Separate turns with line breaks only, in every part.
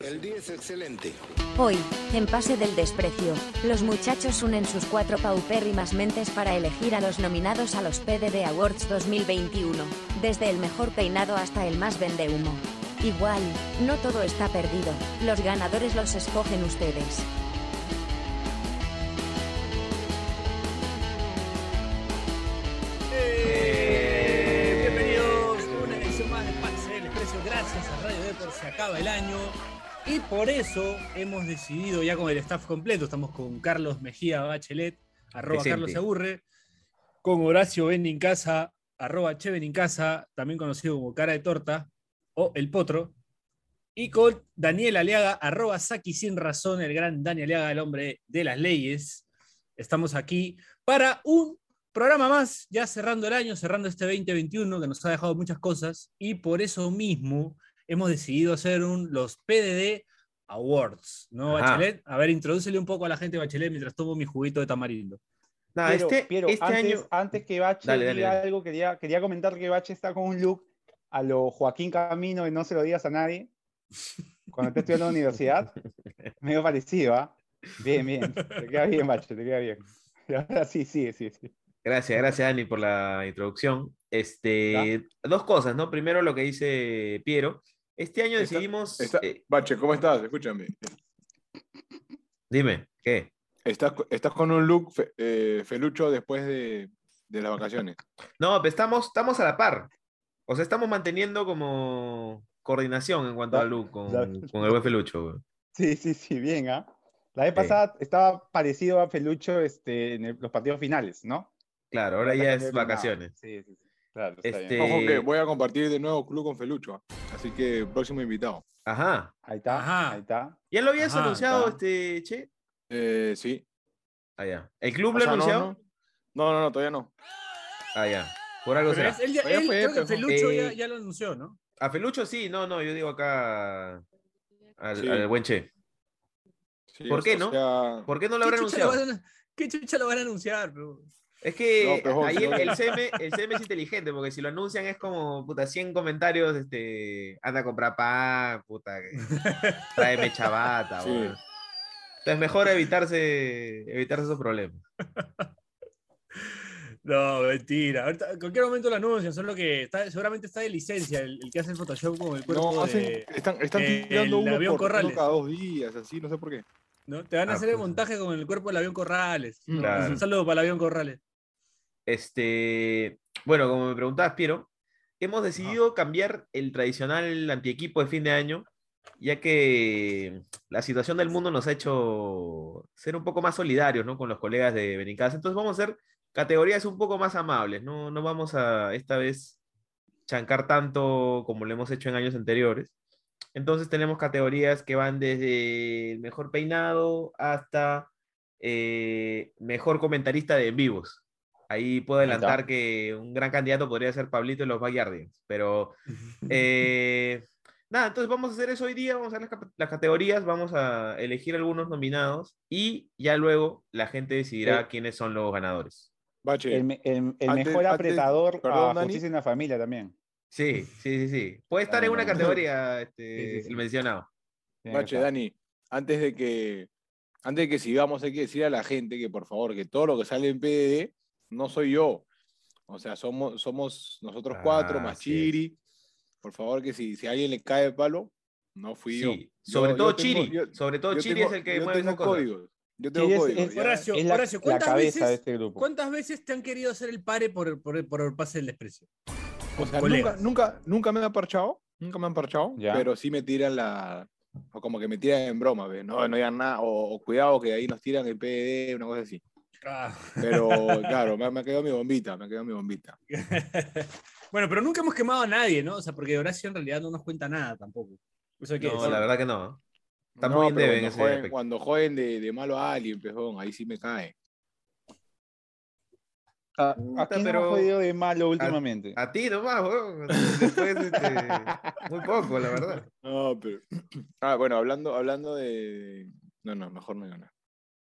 El 10 excelente.
Hoy, en Pase del Desprecio, los muchachos unen sus cuatro paupérrimas mentes para elegir a los nominados a los PDD Awards 2021, desde el mejor peinado hasta el más vendehumo. Igual, no todo está perdido, los ganadores los escogen ustedes.
Eh, bienvenidos a una edición más de Pase del Expreso. Gracias a Radio Depor se acaba el año. Y por eso hemos decidido, ya con el staff completo, estamos con Carlos Mejía Bachelet, arroba
Presente.
Carlos Aburre, con Horacio Benincasa, arroba Che Benincasa, también conocido como Cara de Torta, o El Potro, y con Daniel Aliaga, arroba Saki Sin Razón, el gran Daniel Aliaga, el hombre de las leyes. Estamos aquí para un programa más, ya cerrando el año, cerrando este 2021 que nos ha dejado muchas cosas y por eso mismo hemos decidido hacer un, los PDD Awards, ¿no,
Ajá.
Bachelet? A ver, introdúcele un poco a la gente, Bachelet, mientras tomo mi juguito de tamarindo.
Nah,
Piero,
este,
Piero,
este
antes,
año.
antes que Bache
Dale, dale,
diga
dale.
algo, quería, quería comentar que Bache está con un look a lo Joaquín Camino de No se lo digas a nadie. Cuando esté estudiando en la universidad, medio parecido, ¿ah? Bien, bien. Te queda bien, Bache, te queda bien. Y ahora sí, sí, sí. sí.
Gracias, gracias, Dani, por la introducción. Este, dos cosas, ¿no? Primero, lo que dice Piero. Este año
Está-
decidimos.
está-
eh,
Bache, ¿cómo estás? Escúchame.
dime, ¿qué?
Estás, co- estás con un look fe- eh, felucho después de, de las vacaciones.
No, pero estamos, estamos a la par. O sea, estamos manteniendo como coordinación en cuanto a
Da-
Lu con,
da-
con el buen Felucho. güey.
Sí, sí, sí, bien, ¿ah? La vez
Sí.
pasada estaba parecido a Felucho este, en el- los partidos finales, ¿no?
Claro, ahora
Está
ya
cambiando
es
de nada.
vacaciones.
Sí, sí, sí. Claro, está
Este-
bien.
Ojo que
Eh.
voy a compartir de nuevo club con Felucho. ¿ah? Así que próximo invitado.
Ajá.
Ahí está,
Ajá.
ahí está.
¿Ya lo habías
Ajá,
anunciado,
ya.
este, Che?
Eh, sí.
Ah, ya. ¿El club lo
O
ha
sea, no,
anunciado?
No, no, no, no, todavía no.
Ah, ya. Por algo
Pero
será.
es- él ya-
Oye,
él-
fue,
creo que
pues,
Felucho ya,
eh,
ya lo anunció, ¿no?
A Felucho sí, no, no, yo digo acá al,
Sí.
al buen Che.
Sí,
¿Por
o
qué
sea,
no?
o sea,
¿Por qué no lo habrá
¿Qué chucha lo
anunciado?
van a- ¿Qué chucha lo van a anunciar? bro?
Es que
No, pero,
ahí
no,
el, el
no.
CM, el CM es inteligente, porque si lo anuncian es como, puta, 100 comentarios, este, anda a comprar pan, puta, que- tráeme chabata,
Sí.
weón. Entonces mejor evitarse, evitarse esos problemas.
No, mentira. Ahorita, en cualquier momento lo anuncian, solo que está, seguramente está de licencia el, el que hace el Photoshop con el cuerpo
no, hacen-
de...
están, están
del
tirando uno
avión
por uno
Corrales.
cada dos días, así, no sé por qué.
¿no? Te van a
Ah,
hacer el
pues. Mm.
montaje con el cuerpo del avión Corrales.
Claro.
Un saludo para el avión Corrales.
Este, bueno, como me preguntabas, Piero, hemos decidido cambiar el tradicional antiequipo de fin de año, ya que la situación del mundo nos ha hecho ser un poco más solidarios, ¿no? Con los colegas de Benincasa. Entonces vamos a hacer categorías un poco más amables, ¿no? No vamos a esta vez chancar tanto como lo hemos hecho en años anteriores. Entonces tenemos categorías que van desde el mejor peinado hasta eh, mejor comentarista de en vivos. Ahí puedo
está.
adelantar que un gran candidato podría ser Pablito y los Backyardians, pero eh, nada, entonces vamos a hacer eso hoy día, vamos a ver las, cap- las categorías, vamos a elegir algunos nominados y ya luego la gente decidirá
Eh,
quiénes son los ganadores.
Bache,
El, me- el- el
Antes-
mejor
antes-
apretador
perdón,
a
Dani.
Justicia en la Familia también.
Sí, sí, sí, sí. Puede estar
Dale,
en una
dale.
categoría este,
Sí, sí, sí.
el mencionado.
Tiene que
Bache,
estar.
Dani, antes de que antes de que sigamos, hay que decir a la gente que por favor, que todo lo que sale en PDD no soy yo. O sea, somos, somos nosotros cuatro,
Ah,
más
así es.
Chiri. Por favor, que si, si a alguien le cae el palo, no fui Pues yo.
Sí, sobre
Yo-
todo
yo tengo-
Chiri,
yo-
sobre todo
yo
Chiri
tengo-
es el que
yo
mueve
tengo
esas cosas.
códigos. Yo tengo
Chiri es-
códigos.
es-
ya.
Horacio,
Es la,
Horacio,
la
¿cuántas
cabeza
veces-
de este grupo.
¿Cuántas veces te han querido hacer el pare por, por, por el pase del desprecio?
O sea, nunca,
colegas.
nunca, nunca me han parchado, nunca me han parchado,
Ya.
pero sí me tiran la. O como que me tiran en broma, ¿ves? no, no digan nada, o, o cuidado que ahí nos tiran el PDD, una cosa así.
Ah.
Pero claro, me, me ha quedado mi bombita, me ha quedado mi bombita.
bueno, pero nunca hemos quemado a nadie, ¿no? O sea, porque Horacio en realidad no nos cuenta nada tampoco. Eso hay que
No,
decir.
la verdad que no. Está
No,
muy indebe
pero
en
cuando
ese
joden-
aspecto.
Cuando joden de, de malo a alguien, pejón, ahí sí me cae. Ah,
¿A,
Puta,
quién
pero-
pero... jodido de malo últimamente?
A ti nomás, weón. Después, este, muy poco, la verdad.
No, pero. Ah, bueno, hablando, hablando de. No, no, mejor me gana.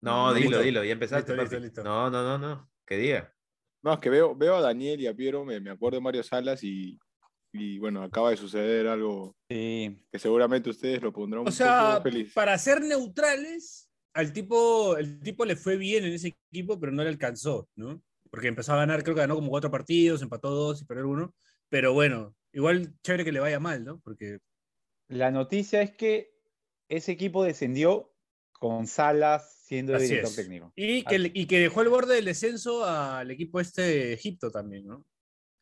No,
Listo.
dilo, dilo, ya empezaste.
Listo, listo,
papi.
listo.
No, no, no, no. Que diga.
No, es que veo, veo a Daniel y a Piero, me, me acuerdo de Mario Salas y, Y bueno, acaba de suceder algo
Sí.
que seguramente ustedes lo pondrán un
O sea,
poco feliz.
para ser neutrales, al tipo, el tipo le fue bien en ese equipo, pero no le alcanzó, ¿no? Porque empezó a ganar, creo que ganó como cuatro partidos, empató dos y perdió uno. Pero bueno, igual chévere que le vaya mal, ¿no? Porque
La noticia es que ese equipo descendió con Salas siendo el
Así
director
es.
técnico.
y que, y que dejó el borde del descenso al equipo este de Egipto también, ¿no?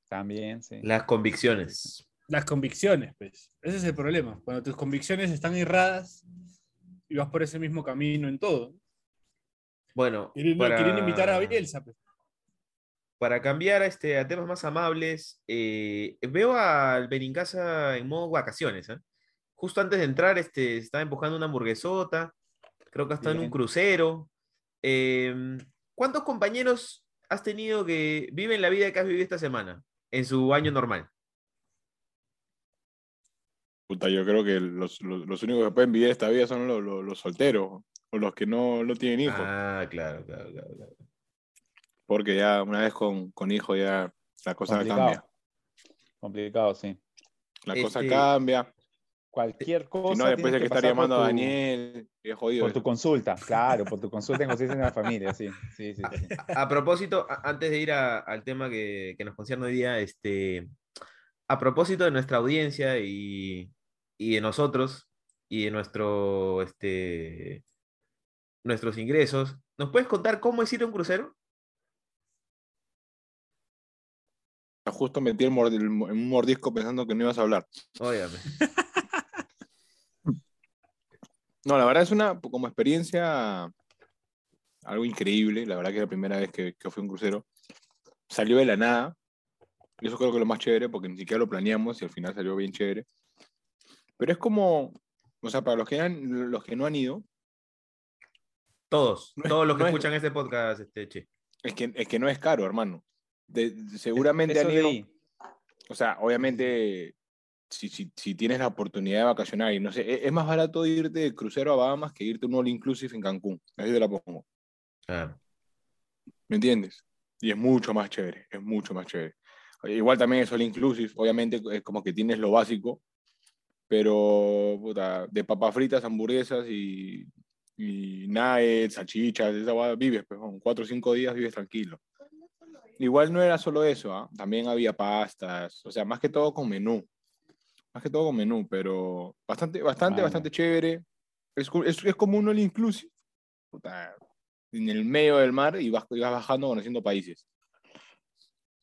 También, sí.
Las convicciones.
Las convicciones, pues. Ese es el problema. Cuando tus convicciones están erradas y vas por ese mismo camino en todo.
Bueno,
Quieren,
para-
quieren invitar a Bielsa, pues.
Para cambiar este, a temas más amables, eh, veo al Benincasa en modo vacaciones. ¿ah? Justo antes de entrar, este, estaba empujando una hamburguesota. Creo que está en un
Bien.
crucero. Em, ¿Cuántos compañeros has tenido que viven la vida que has vivido esta semana en su año normal?
Puta, yo creo que los, los- los únicos que pueden vivir esta vida son los, los- los solteros o los que no, no tienen hijos.
Ah, claro, claro, claro. claro.
Porque ya una vez con, con hijo ya la cosa
Complicado.
cambia.
Complicado, sí.
La cosa
Este-
cambia.
Cualquier cosa.
Si no, después
tienes
hay que estar
pasar por
llamando a
tu-
Daniel. eh. Es jodido.
Por tu consulta, claro, por tu consulta en conciencia de la familia, sí. Sí, sí, sí.
A propósito, a- antes de ir a- al tema que, que nos concierne hoy día, este, a propósito de nuestra audiencia y, y de nosotros y de nuestro, este, nuestros ingresos, ¿nos puedes contar cómo es ir a un crucero?
Justo metí el mord- el- un mordisco pensando que no ibas a hablar.
Óyame.
No, la verdad es una como experiencia algo increíble. La verdad que es la primera vez que, que fui a un crucero. Salió de la nada. Y eso creo que es lo más chévere porque ni siquiera lo planeamos y al final salió bien chévere. Pero es como, o sea, para los que, han- los que no han ido,
Todos,
No es-
todos los que
no es-
escuchan este podcast, este, che.
es que, es que no es caro, hermano. De- de- seguramente
Eso
han ido.
leí.
O sea, obviamente, si, si, si tienes la oportunidad de vacacionar y no sé, e- es más barato irte de crucero a Bahamas que irte a un all inclusive en Cancún. Así te la pongo.
Ah,
¿Me entiendes? Y es mucho más chévere, es mucho más chévere. Oye, Igual también es all inclusive, obviamente es como que tienes lo básico, pero puta, de papas fritas, hamburguesas y, y nuggets, salchichas, esa guada vives, pues, con cuatro o cinco días vives tranquilo. Igual no era solo eso, ¿ah? también había pastas, o sea, más que todo con menú, más que todo con menú, pero bastante, bastante,
Mano.
bastante chévere. Es, co- es, es como un all inclusive, puta, en el medio del mar y vas, y vas bajando conociendo países.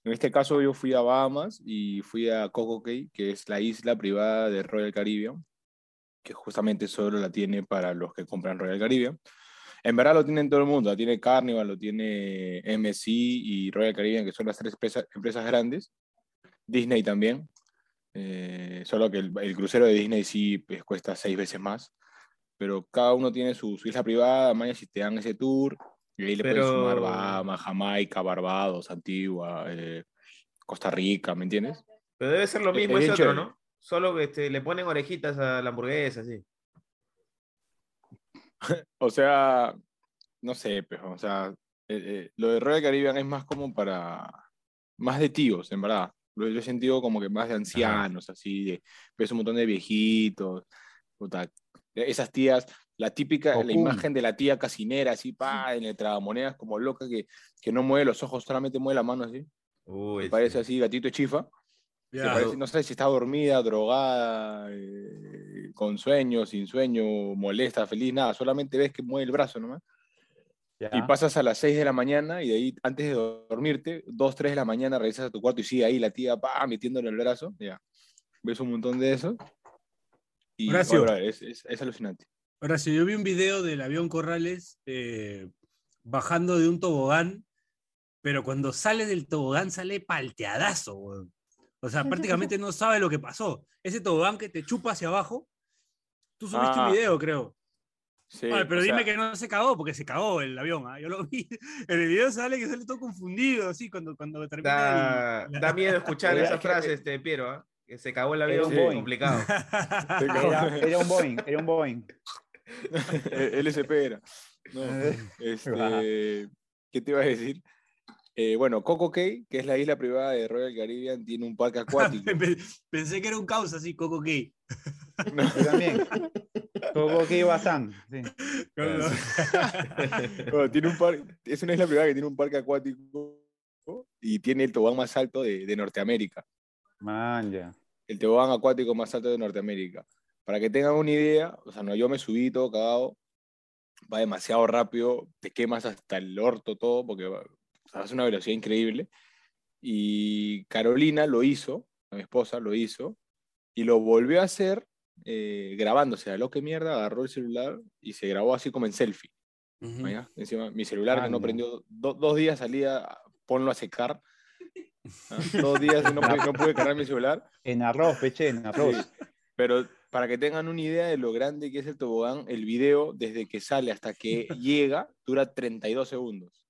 En este caso yo fui a Bahamas y fui a Coco Cay, que es la isla privada de Royal Caribbean, que justamente solo la tiene para los que compran Royal Caribbean. En verdad lo tienen todo el mundo, la tiene Carnival, lo tiene MSC y Royal Caribbean, que son las tres empresa- empresas grandes. Disney también, eh, solo que el, el crucero de Disney sí pues, cuesta seis veces más, pero cada uno tiene su, su isla privada, mañana si te dan ese tour, y ahí le puedes sumar
Pero-
Bahamas, Jamaica, Barbados, Antigua, eh, Costa Rica, ¿me entiendes?
Pero debe ser lo
Es-
mismo
es
ese
bien
otro,
chévere.
¿no? Solo que este, le ponen orejitas a la hamburguesa, sí.
O sea, no sé, pero, o sea, eh, eh, lo de Royal Caribbean es más como para, más de tíos, en verdad. Lo yo he sentido como que más de ancianos, así, de, ves un montón de viejitos, puta, esas tías, la típica, la
Cocún.
imagen de la tía casinera, así, pa, en el tragamonedas, como loca, que, que no mueve los ojos, solamente mueve la mano, así.
Uy,
Me
Pues sí.
parece así, gatito de chifa. que
Ya.
parece- no sé si está dormida, drogada, eh, con sueño, sin sueño, molesta, feliz, nada. Solamente ves que mueve el brazo nomás.
Ya.
Y pasas a las 6 de la mañana y de ahí, antes de dormirte, 2, 3 de la mañana regresas a tu cuarto y sigue ahí la tía, pa, metiéndole el brazo. Ya. Ves un montón de eso. Y
Horacio.
bueno, es, es- es alucinante.
Ahora, si yo vi un video del avión Corrales eh, bajando de un tobogán, pero cuando sale del tobogán sale palteadazo, weón. O sea, prácticamente no sabe lo que pasó. Ese tobogán que te chupa hacia abajo, tú subiste
Ah,
un video, creo.
Sí,
Ay, pero
o
dime
sea,
que no se cagó, porque se cagó el avión. ¿ah? Yo lo vi. En el video sale que sale todo confundido, así, cuando, cuando termina.
Da,
el- la-
da miedo escuchar
Era-
esa frase, este, Piero, ¿ah? que se cagó el
Era
avión,
un
muy
Boeing.
complicado.
Era, era un Boeing, era un Boeing.
e, LSP era. No, este, ¿Qué te iba a decir? Eh, bueno, Coco Cay, que es la isla privada de Royal Caribbean, tiene un parque acuático.
Pensé que era un caos así, Coco Key.
Yo también. Coco Key Bazán. sí.
Ah, Bueno, tiene un parque, es una isla privada que tiene un parque acuático y tiene el tobogán más alto de, de Norteamérica.
Man, ya.
El tobogán acuático más alto de Norteamérica. Para que tengan una idea, o sea, no, yo me subí todo cagado, va demasiado rápido, te quemas hasta el orto todo, porque va- o sea, es una velocidad increíble. Y Carolina lo hizo, mi esposa lo hizo, y lo volvió a hacer eh, grabándose. A lo que mierda, agarró el celular y se grabó así como en selfie.
Mm.
¿no? ¿Ya? Encima, mi celular que no
Anda.
prendió, do- dos días salía, a- ponlo a secar. ¿ah? Dos días no pude, no pude cargar mi celular.
En arroz, peche, en arroz.
Pero para que tengan una idea de lo grande que es el tobogán, el video desde que sale hasta que llega dura 32 segundos.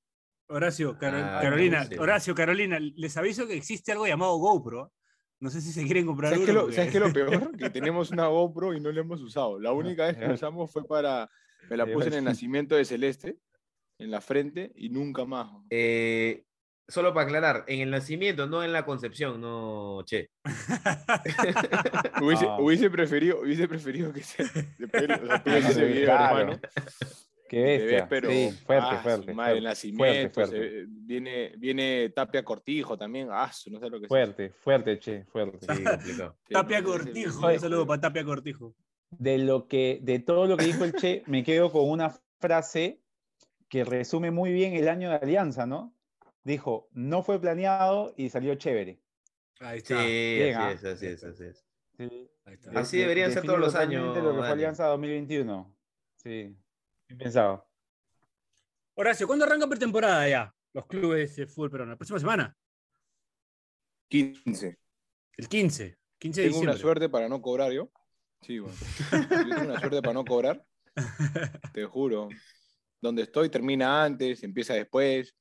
Horacio, Caro-
Ah,
Carolina,
no sé.
Horacio, Carolina, les aviso que existe algo llamado GoPro. No sé si se quieren comprar uno.
¿Sabes qué, lo,
porque-
¿eh?
sabes qué lo peor? Que tenemos una GoPro y no la hemos usado. La única vez que la usamos fue para. Me la
Me
puse en el
imagino.
nacimiento de Celeste, en la frente, y nunca más.
Eh, solo para aclarar, en el nacimiento, no en la concepción, no, che.
Hubiese,
Ah.
hubiese preferido, hubiese preferido que se. de pelo, o sea, tú ves ese video,
Claro.
hermano,
Qué
te ves,
bestia.
pero.
sí, fuerte,
ah, su
fuerte.
madre, el
fuerte,
nacimiento.
fuerte,
se
fuerte.
ve- viene, viene Tapia Cortijo también. Ah, su, no sé lo que es eso.
Fuerte, fuerte, che, fuerte.
Sí, complicado.
Sí,
Tapia
no, ese
Cortijo,
video-
un
eh,
saludo para Tapia Cortijo.
De lo que, de todo lo que dijo el Che, me quedo con una frase que resume muy bien el año de Alianza, ¿no? Dijo, no fue planeado y salió chévere.
Ahí
Sí,
está.
Llega.
así es, así es, así es.
Ahí está.
De-
Así deberían ser
define
todos los
totalmente
años,
Lo que fue
Dani.
Alianza 2021. Sí, bien pensado.
Horacio, ¿cuándo arranca pretemporada ya? Los clubes de fútbol peruano. La próxima semana,
15.
el 15. 15 de
Tengo una
diciembre.
suerte para no cobrar yo. Sí, bueno. Yo tengo una suerte para no cobrar. Te juro. Donde estoy termina antes, empieza después.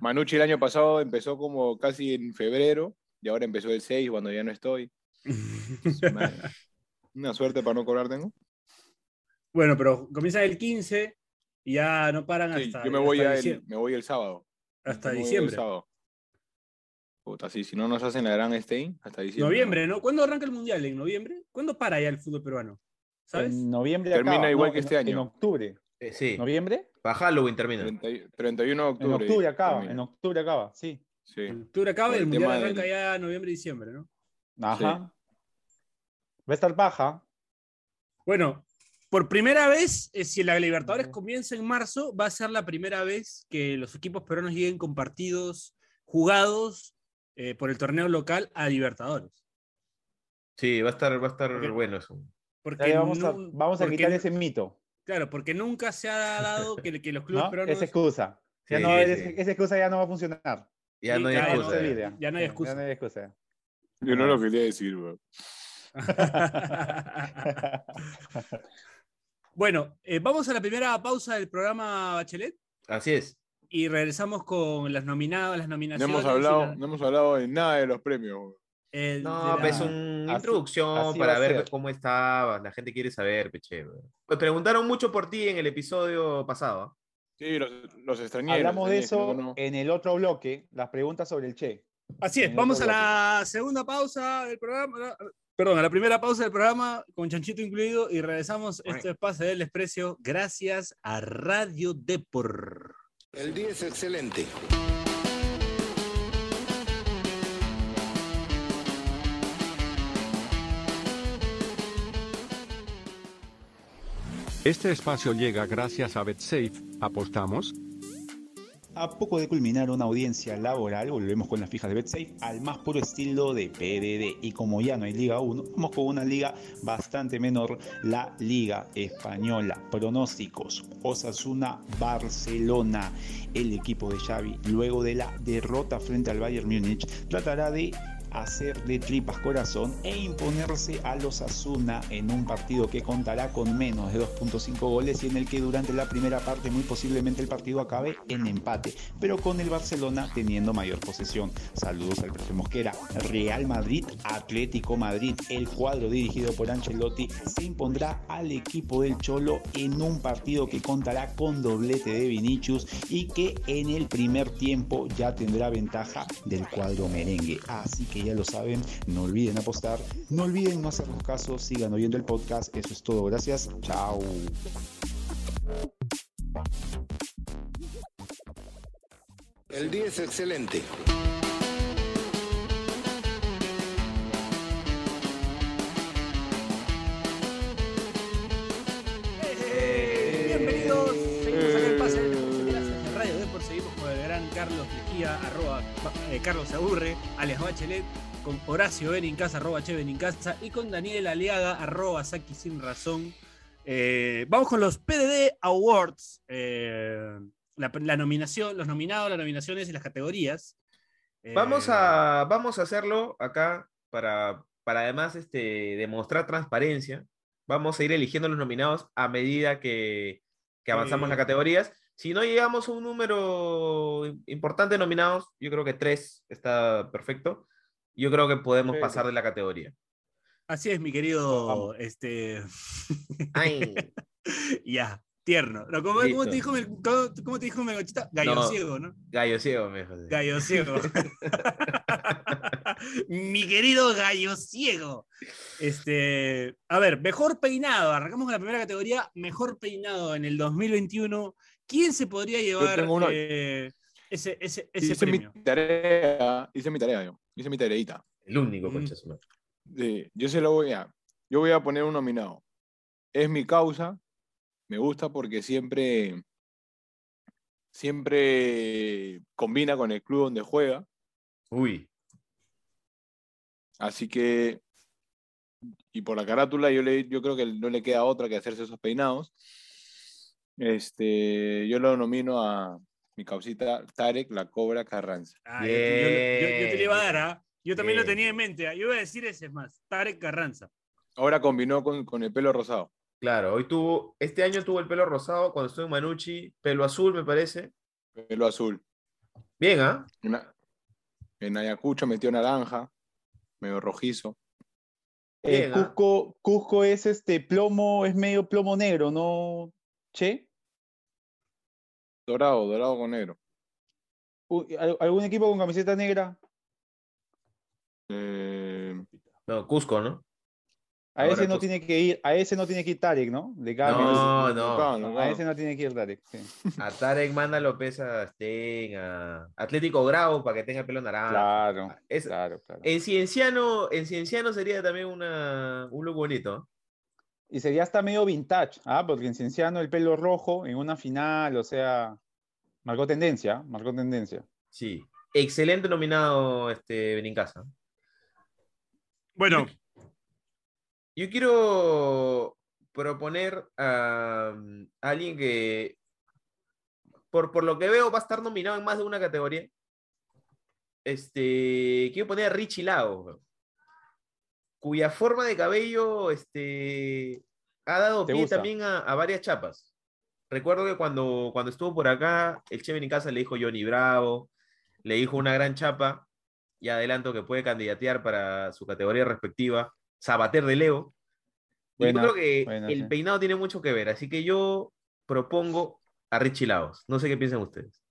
Manucci el año pasado empezó como casi en febrero y ahora empezó el 6 cuando ya no estoy. Madre. Una suerte para no cobrar tengo.
bueno, pero comienza el 15 y ya no paran
Sí,
hasta,
yo me
hasta
voy, ya el,
diciembre.
me voy el sábado.
hasta
Me voy el
diciembre.
sábado. Puta, sí, si no nos hacen la gran Stein hasta diciembre.
Noviembre, ¿no? ¿Cuándo arranca el mundial? ¿En noviembre? ¿Cuándo para ya el fútbol peruano? ¿Sabes?
En noviembre
Termina
acaba,
igual
no,
que
en-
este año.
En octubre.
Eh, Sí,
¿Noviembre?
para Halloween termina.
30 31 de
En
octubre.
octubre acaba.
termina.
En octubre acaba, sí.
Sí.
El octubre acaba y
Por
el
el
mundial
tema del-
arranca ya noviembre diciembre, ¿no?
Ajá. Va a estar baja.
Bueno, por primera vez, eh, si la Libertadores
Ujú.
comienza en marzo, va a ser la primera vez que los equipos peruanos lleguen con partidos jugados eh, por el torneo local a Libertadores.
Sí, va a estar, va a estar
Ok.
bueno eso.
Ya
Porque
le vamos, a,
nun-
vamos a
porque-
quitar ese mito.
Claro, porque nunca se ha dado que, que los clubes
¿no?
peruanos.
Esa excusa. Ya
Sí,
no va a haber
sí.
ese- esa excusa ya no va a funcionar.
Ya
Sí,
no hay
ya, ya
no,
excusa.
se
hay-
olvida.
ya no hay excusa.
Ya no hay excusa.
Yo
Ah.
no lo quería decir, weón.
bueno, eh, vamos a la primera pausa del programa Bachelet
Así es.
y regresamos con las nominadas, las
No
nominaciones.
hemos,
y
hablado,
la-
no hemos hablado de nada de los premios. weón.
eh, de
No,
la-
pues es
un-
una
así-
introducción
así va
para
a
ver
ser.
cómo estabas. La gente quiere saber, peche. Pues preguntaron mucho por ti en el episodio pasado. ¿ah?
Sí, los, los extrañé.
Hablamos
los
de
extrañé,
eso
que no-
en el otro bloque, las preguntas sobre el Che.
Así es,
en
vamos a
otro
la segunda pausa del programa. Perdón, a la primera pausa del programa con Chanchito incluido y regresamos. Esto es Pase del Desprecio gracias a Radio Depor.
El día es excelente.
Este espacio llega gracias a BetSafe. ¿Apostamos?
A poco de culminar una audiencia laboral, volvemos con las fijas de BetSafe al más puro estilo de PDD. Y como ya no hay Liga 1, vamos con una liga bastante menor, la Liga Española. Pronósticos: Osasuna, Barcelona. El equipo de Xavi, luego de la derrota frente al Bayern Múnich, tratará de hacer de tripas corazón e imponerse a los Asuna en un partido que contará con menos de 2.5 goles y en el que durante la primera parte muy posiblemente el partido acabe en empate, pero con el Barcelona teniendo mayor posesión. Saludos al profe Mosquera. Real Madrid, Atlético Madrid, el cuadro dirigido por Ancelotti se impondrá al equipo del Cholo en un partido que contará con doblete de Vinicius y que en el primer tiempo ya tendrá ventaja del cuadro merengue. Así que ya lo saben, no olviden apostar, no olviden no hacernos caso, sigan oyendo el podcast. Eso es todo, gracias, chao.
El día es excelente.
Bienvenidos, seguimos
Eh.
acá en Pase de Gracias en Radio Depor, seguimos con el gran Carlos Mejía, arroba eh, Carlos Aburre, alias Bachelet, con Horacio Benincasa, arroba Che Benincasa, y con Daniel Aliaga, arroba Saki Sin Razón. Eh, vamos con los PDD Awards, eh, la, la nominación, los nominados, las nominaciones y las categorías. Eh,
Vamos a, vamos a hacerlo acá para, para además este, demostrar transparencia. Vamos a ir eligiendo los nominados a medida que, que avanzamos
Eh.
las categorías. Si no llegamos a un número im- importante de nominados, yo creo que tres está perfecto. Yo creo que podemos
Perfecto.
pasar de la categoría.
Así es, mi querido, este, ya, tierno. No, ¿cómo, cómo te
Listo.
dijo, Mel- cómo, cómo te dijo Melgochita? Gallo
No.
ciego, ¿no?
Gallo ciego, me dijo.
Gallo ciego. Mi querido gallo ciego. Este, a ver, mejor peinado. Arrancamos con la primera categoría. Mejor peinado en el 2021. ¿Quién se podría llevar
tengo uno.
eh, ese, ese, ese
hice mi
premio?
tarea, hice mi tarea yo, hice mi tareita.
El único,
Mm.
concha su madre.
Sí, yo se lo voy a, yo voy a poner un nominado. Es mi causa, me gusta porque siempre, siempre combina con el club donde juega,
Uy,
así que, y por la carátula yo, le, yo creo que no le queda otra que hacerse esos peinados. Este, yo lo nomino a mi causita Tarek la Cobra Carranza.
Ah, yo, te- yo- yo- yo te le iba a dar, ¿ah? Yo también lo
Bien.
tenía en mente. ¿ah? Yo iba a decir ese es más. Tarek Carranza.
Ahora combinó con, con el pelo rosado.
claro, hoy tuvo, este año tuvo el pelo rosado cuando estuvo en Manucci, pelo azul, me parece.
Pelo azul.
Bien, ¿ah?
Una- en Ayacucho metió naranja, medio rojizo.
Eh,
Bien, ¿ah?
Cusco, Cusco es este plomo, es medio plomo negro, ¿no? Che,
Dorado, dorado con negro.
U- al- ¿algún equipo con camiseta negra?
Eh,
No, Cusco, ¿no?
A
Ahora
ese no
Cusco.
tiene que ir, a ese no tiene que ir Tarek, ¿no? De cambio.
No,
sí,
no.
claro, claro.
A ese no tiene que ir Tarek. sí.
A Tarek manda López a Stein, a Atlético Grau para que tenga el pelo naranja.
Claro,
Es-
claro, claro.
En Cienciano, en Cienciano sería también una, un look bonito.
Y sería hasta medio vintage, ¿ah?
pues
porque en Cienciano el pelo rojo en una final, o sea, marcó tendencia, marcó tendencia.
Sí. Excelente nominado este Benincasa.
Bueno,
Yo quiero proponer a, um, alguien que, por, por lo que veo, va a estar nominado en más de una categoría. Este, quiero poner a Richie Lao, cuya forma de cabello este, ha dado
¿Te
pie
gusta?
también a, a varias chapas. Recuerdo que cuando, cuando estuvo por acá, el Cheven en casa le dijo Johnny Bravo, le dijo una gran chapa, y adelanto que puede candidatear para su categoría respectiva, Sabater de Leo. Y
Buena,
yo creo que
buena,
el
sí.
peinado tiene mucho que ver, así que yo propongo a Richie Laos. No sé qué piensan ustedes.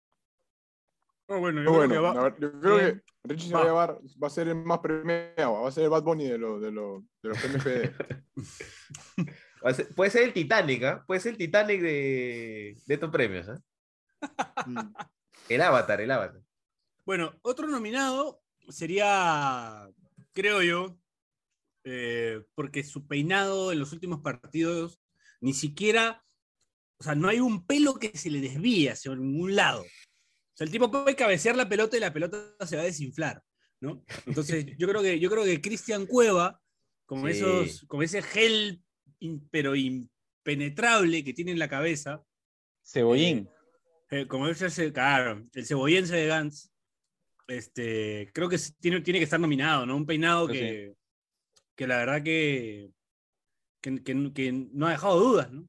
oh, bueno, yo creo
bueno,
que va-
la ver- yo creo
bien.
que Richie se va
Va.
a llevar, va a ser el más premiado, va a ser el Bad Bunny de, lo- de, lo- de los PMPD.
Puede ser- Puede ser el Titanic, ¿ah? Puede ser el Titanic de, de estos premios, ¿ah?
Mm.
El Avatar, el Avatar.
Bueno, otro nominado sería, creo yo, eh, porque su peinado en los últimos partidos ni siquiera, o sea, no hay un pelo que se le desvía hacia ningún lado. O sea, el tipo puede cabecear la pelota y la pelota se va a desinflar, ¿no? Entonces, yo creo que, yo creo que Cristian Cueva, con,
Sí.
esos, con ese gel, in- pero impenetrable que tiene en la cabeza,
Cebollín,
eh, como es el, ce- claro, el cebollense de Gantz, este, creo que sí tiene, tiene que estar nominado, ¿no? Un peinado
Pues
que, que la verdad que, que, que- que no ha dejado dudas, ¿no?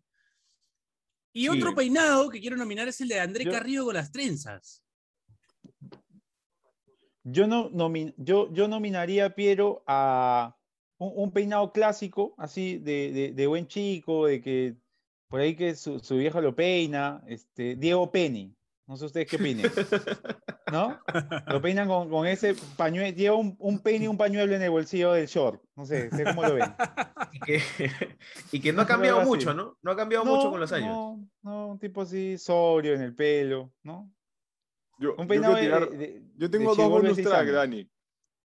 Y
Sí.
otro peinado que quiero nominar es el de André
Yo-
Carrillo con las trenzas.
Yo, no nomin- yo, yo nominaría, Piero, a un, un peinado clásico, así, de, de- de buen chico, de que por ahí que su, su vieja lo peina, este, Diego Penny. No sé ustedes qué opinen, ¿no? Lo peinan con, con ese pañuelo, lleva un, un penny y un pañuelo en el bolsillo del short. No sé, sé cómo lo ven.
Y que, y que no ha
Algo
cambiado
así.
mucho, ¿no? No ha cambiado mucho con los años.
No, no, un tipo así, sobrio en el pelo, ¿no?
Yo, yo quiero
Un peinado de-
tirar-
de- de-
yo
de
tengo dos
chibolo de
bonus
seis
track,
años.
Dani.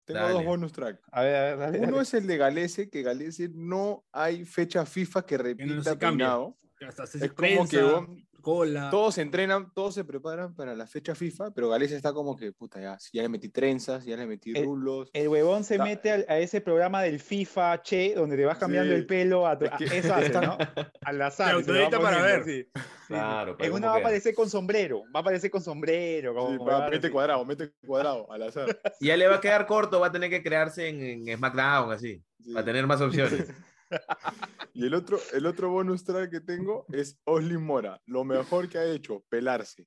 Tengo dos
Dale.
bonus track.
A ver, a ver, dale, dale.
Uno es el de Galese, que Galese no hay fecha FIFA que repita
se cambia. Ah.
peinado.
Hasta hace
Es como
trenza,
que vos-
cola.
todos entrenan, todos se preparan para la fecha FIFA, pero Galese está como que, puta, ya, ya le metí trenzas, ya le metí
Eh,
rulos.
El huevón se
Da-
mete al- a ese programa del FIFA, che, donde te vas cambiando
Sí.
el pelo a tu.
Es
a-
que-
eso hace, ¿no? Al azar.
La
se lo va
autorita para ver.
poniendo, sí, sí, sí.
Claro, para
En
ver cómo
una va a
queda.
aparecer con sombrero, va a aparecer con sombrero.
Sí,
Como,
pa,
huevada,
mete
sí.
cuadrado, mete cuadrado, al azar.
Y ya le va a quedar corto, va a tener que crearse en, en SmackDown, así,
Sí.
para tener más opciones.
Y el otro, el otro bonus track que tengo es Oslin Mora. Lo mejor que ha hecho, pelarse.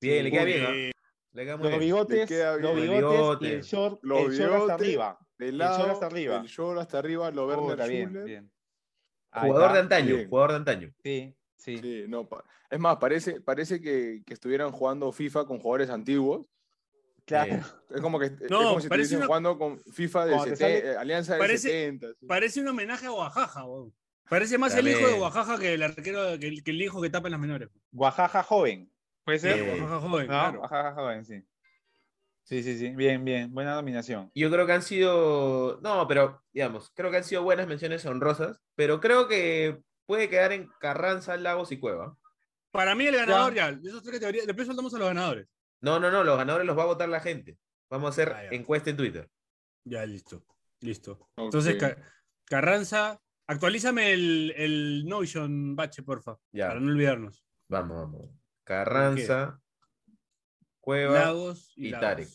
Bien, le queda
Muy
bien, ¿ah? Le queda muy
Los
bien.
bigotes,
queda
los
bien.
bigotes y el
Bigotes.
short,
Los
el short hasta
bigotes,
arriba.
Pelado,
short hasta arriba.
El short hasta arriba, lo Werner
Puta, bien,
Schuller.
bien. Ahí
Jugador de
está.
antaño,
bien.
jugador de antaño.
Sí, sí.
Sí, no, pa- es más, parece, parece que, que estuvieran jugando FIFA con jugadores antiguos.
Claro.
Eh,
Es como que es
No,
como si
parece
estuviesen
una-
jugando con FIFA de
Cuando te sale-
Alianza de
parece-
70. sí.
Parece un homenaje a Oaxaca, weón. Parece más el hijo de
También.
Oaxaca que el arquero, que el, que el hijo que tapa en las menores.
Guajaja joven. ¿Puede ser?
Eh,
Oaxaca joven,
No,
Ah.
claro.
Guajaja joven, sí. Sí, sí, sí. Bien, bien. Buena nominación.
Yo creo que han sido, no, pero digamos, creo que han sido buenas menciones honrosas, pero creo que puede quedar en Carranza, Lagos y Cueva.
Para mí el ganador ya, de esos tres categorías, después soltamos a los ganadores.
No, no, no, los ganadores los va a votar la gente. Vamos a hacer
Ah, ya.
encuesta en Twitter.
Ya, listo. Listo.
Ok.
Entonces, Ca- Carranza, actualízame el, el Notion Bache, porfa,
Ya,
para no olvidarnos.
vamos, vamos. Carranza, Cueva
Lagos y,
y
Lagos.
Tarek.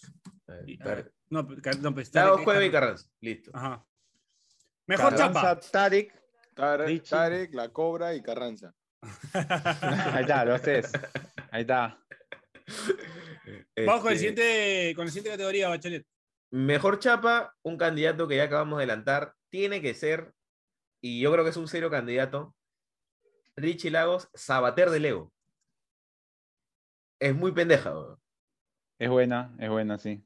A ver,
Y- a
Tarek.
ver, No, pe- Ca- no, pues, Tarek Ah,
Lagos,
es
Cueva y
Carranza.
Carranza. Listo.
Ajá. Mejor
Carranza, Tarek.
Tar-
Richie.
Tarek, La Cobra y Carranza.
chapa.
Ahí está, los tres. Ahí está.
Vamos con, el
Este,
siguiente, con la siguiente categoría, Bachelet.
Mejor chapa, un candidato que ya acabamos de adelantar, tiene que ser, y yo creo que es un serio candidato, Richie Lagos, Sabater de Lego. Es muy pendeja, weón.
Es buena, es buena, sí.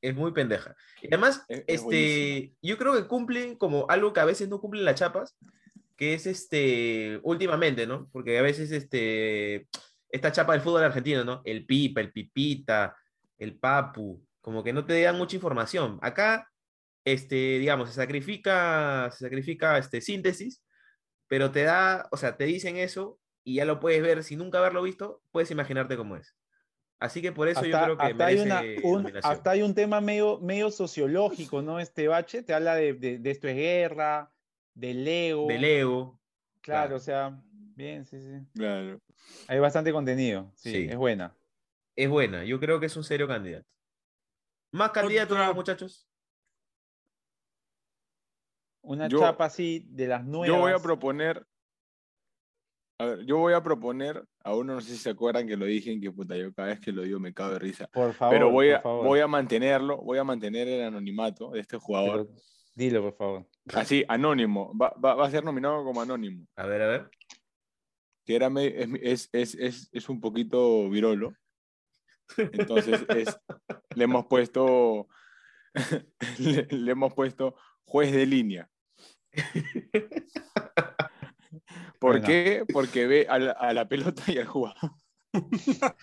es muy pendeja. Y además,
Es- es
este,
buenísima.
yo creo que cumplen como algo que a veces no cumplen las chapas, que es este, últimamente, ¿no? Porque a veces este, esta chapa del fútbol argentino, ¿no? El pipa, el pipita, el papu, como que no te dan mucha información. Acá, este, digamos, se sacrifica, se sacrifica este, síntesis, pero te da, o sea, te dicen eso y ya lo puedes ver, sin nunca haberlo visto, puedes imaginarte cómo es. Así que por eso yo creo que
hay
merece
una- un,
nominación.
hasta hay un tema medio, medio sociológico, ¿no? Este bache te habla de, de- de esto es guerra, del ego.
de Lego.
claro,
claro.
o sea, bien, sí, sí.
Claro.
Hay bastante contenido, sí,
Sí.
es buena.
Es buena, yo creo que es un serio candidato. Más candidatos,
Otra-
muchachos.
Una
Yo-
chapa así de las nuevas.
Yo voy a proponer. A ver, yo voy a proponer a uno, no sé si se acuerdan que lo dije, que puta, yo cada vez que lo digo me cago de risa.
Por favor,
pero voy
por
a,
favor.
voy a mantenerlo, voy a mantener el anonimato de este jugador.
Pero Dilo, por favor.
Así, anónimo. Va, va- va a ser nominado como anónimo.
A ver, a ver.
Que era me- es, es, es, es, es un poquito virolo. Entonces, es- le hemos puesto. le, le hemos puesto juez de línea. ¿Por
Buena.
qué? Porque ve a la, a la pelota y al jugador.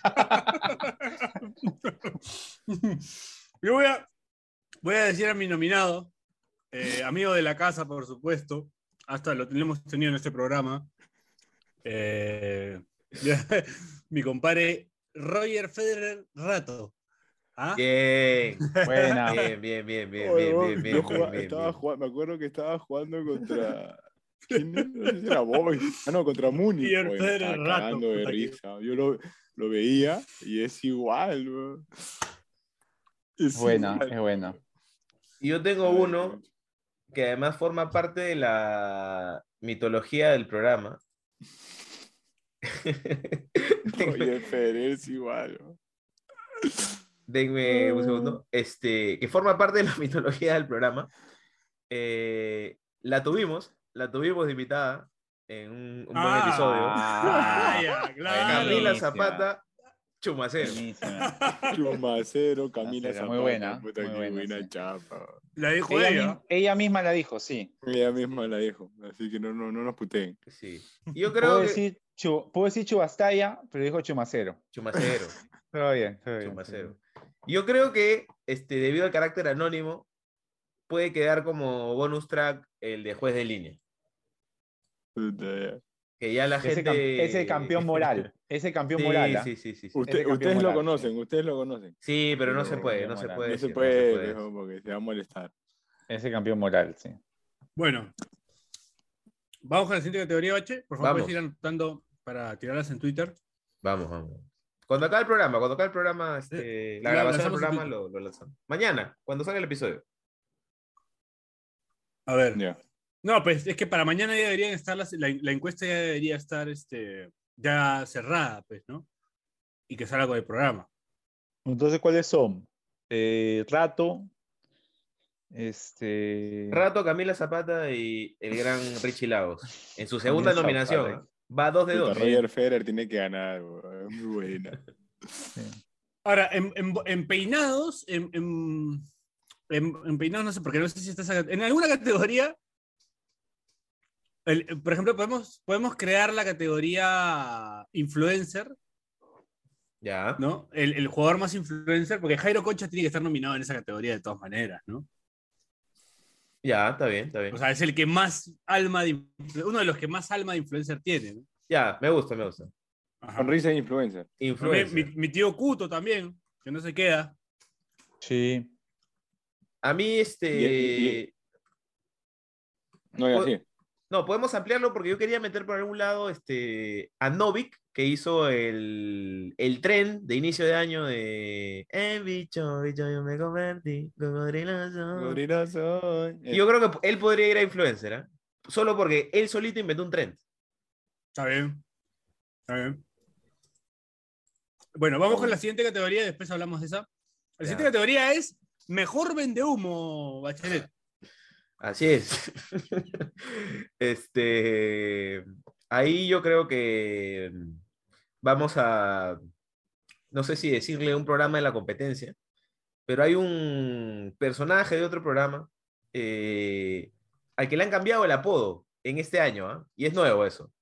Yo voy a, voy a decir a mi nominado, eh, amigo de la casa, por supuesto, hasta lo tenemos tenido en este programa, eh, mi compadre Roger Federer Rato. ¿Ah?
Bien,
Buena.
bien, bien, bien, bien, bien,
Oye,
bien,
weón,
bien, bien,
yo jugaba-
bien,
estaba
bien.
jugando- me acuerdo que estaba jugando contra. ¿Quién era? No sé si era Boy. Ah, no, contra Muni.
Pierre
Oye, me
Pérez
estaba
Rato,
cagando de
puta que-
risa. Yo lo, lo veía y es igual. weón. Es
Buena,
igual.
es buena.
Y yo tengo uno que además forma parte de la mitología del programa. denme,
Roger Federer es igual. ¿no?
denme un
Ah.
segundo. Este, que forma parte de la mitología del programa. Eh, la tuvimos, la tuvimos de invitada en un, un buen
Ah.
episodio.
Ah,
Ah,
ya,
Camila
claro.
Buenísima.
Zapata Chumacero.
Buenísima.
Chumacero, Camila
Zapata,
Zapata.
muy buena,
puta,
muy
qué
buena,
buena
sí.
chapa.
La dijo
Ella,
ella.
mi- ella misma la dijo, sí.
Ella misma la dijo, así que no, no, no nos puteen.
Sí. Yo
Puedo
creo que
decir, chu, puedo decir chubastaya, pero dijo chumacero.
Chumacero.
Todo bien, todo bien.
Chumacero. Yo creo que, este, debido al carácter anónimo, puede quedar como bonus track el de juez de línea.
Puta, ya.
Que ya la
Ese, cam-
gente.
ese campeón moral. Ese campeón
Sí,
moral. ¿ah?
sí, sí, sí, sí.
Usted-
campeón
ustedes lo
moral,
conocen,
sí.
ustedes lo conocen.
Sí, pero no
Ese
se puede,
campeón
no se
moral.
puede.
No se
decir,
puede,
decir.
mijo, porque se va a molestar.
Ese campeón moral, sí.
Bueno, vamos con la siguiente categoría, Bache. Por favor,
Vamos.
puedes ir anotando para tirarlas en Twitter.
Vamos, vamos. Cuando acabe el programa, cuando acabe el programa, este,
Eh,
la
lo
grabación del
lanzamos en
programa
Twitter.
lo, lo lanzamos. Mañana, cuando salga el episodio.
A ver.
Ya.
No, pues es que para mañana ya deberían estar las- la, la encuesta ya debería estar este, ya cerrada, pues, ¿no? Y que salga con el programa.
Entonces, ¿cuáles son? Eh, rato. Este.
Rato, Camila Zapata y el gran Richie Lagos. En su segunda
Camila
nominación.
Zapata.
¿eh? Va dos de
Puta,
dos.
Roger Federer tiene que ganar, weón, es muy buena.
Ahora, en, en- en peinados, en, en- en- en peinados no sé, porque no sé si estás en alguna categoría. el- por ejemplo, podemos, podemos crear la categoría influencer,
Ya.
¿no? El, el jugador más influencer, porque Jairo Concha tiene que estar nominado en esa categoría de todas maneras, ¿no?
Ya, está bien, está bien.
O sea, es el que más alma de influ- uno de los que más alma de influencer tiene. ¿no?
ya, me gusta, me gusta.
Ajá.
Sonrisa de influencer.
Influencer.
También Mi, mi tío Cuto también, que no se queda.
Sí.
A mí, este.
Y- y- No es
Pod-
así.
No, podemos ampliarlo porque yo quería meter por algún lado este, a Novik, que hizo el, el tren de inicio de año de. Eh, bicho, bicho, yo me convertí, cocodrilazo".
Gorila soy.
Y Yo creo que él podría ir a influencer, ¿ah? Solo porque él solito inventó un tren.
Está bien. Está bien. Bueno, vamos con la siguiente categoría, después hablamos de esa. La siguiente categoría es mejor vende humo, Bachelet.
Así es. este, ahí yo creo que mm, vamos a, no sé si decirle un programa de la competencia, pero hay un personaje de otro programa eh, al que le han cambiado el apodo en este año, ¿ah? Y es nuevo eso.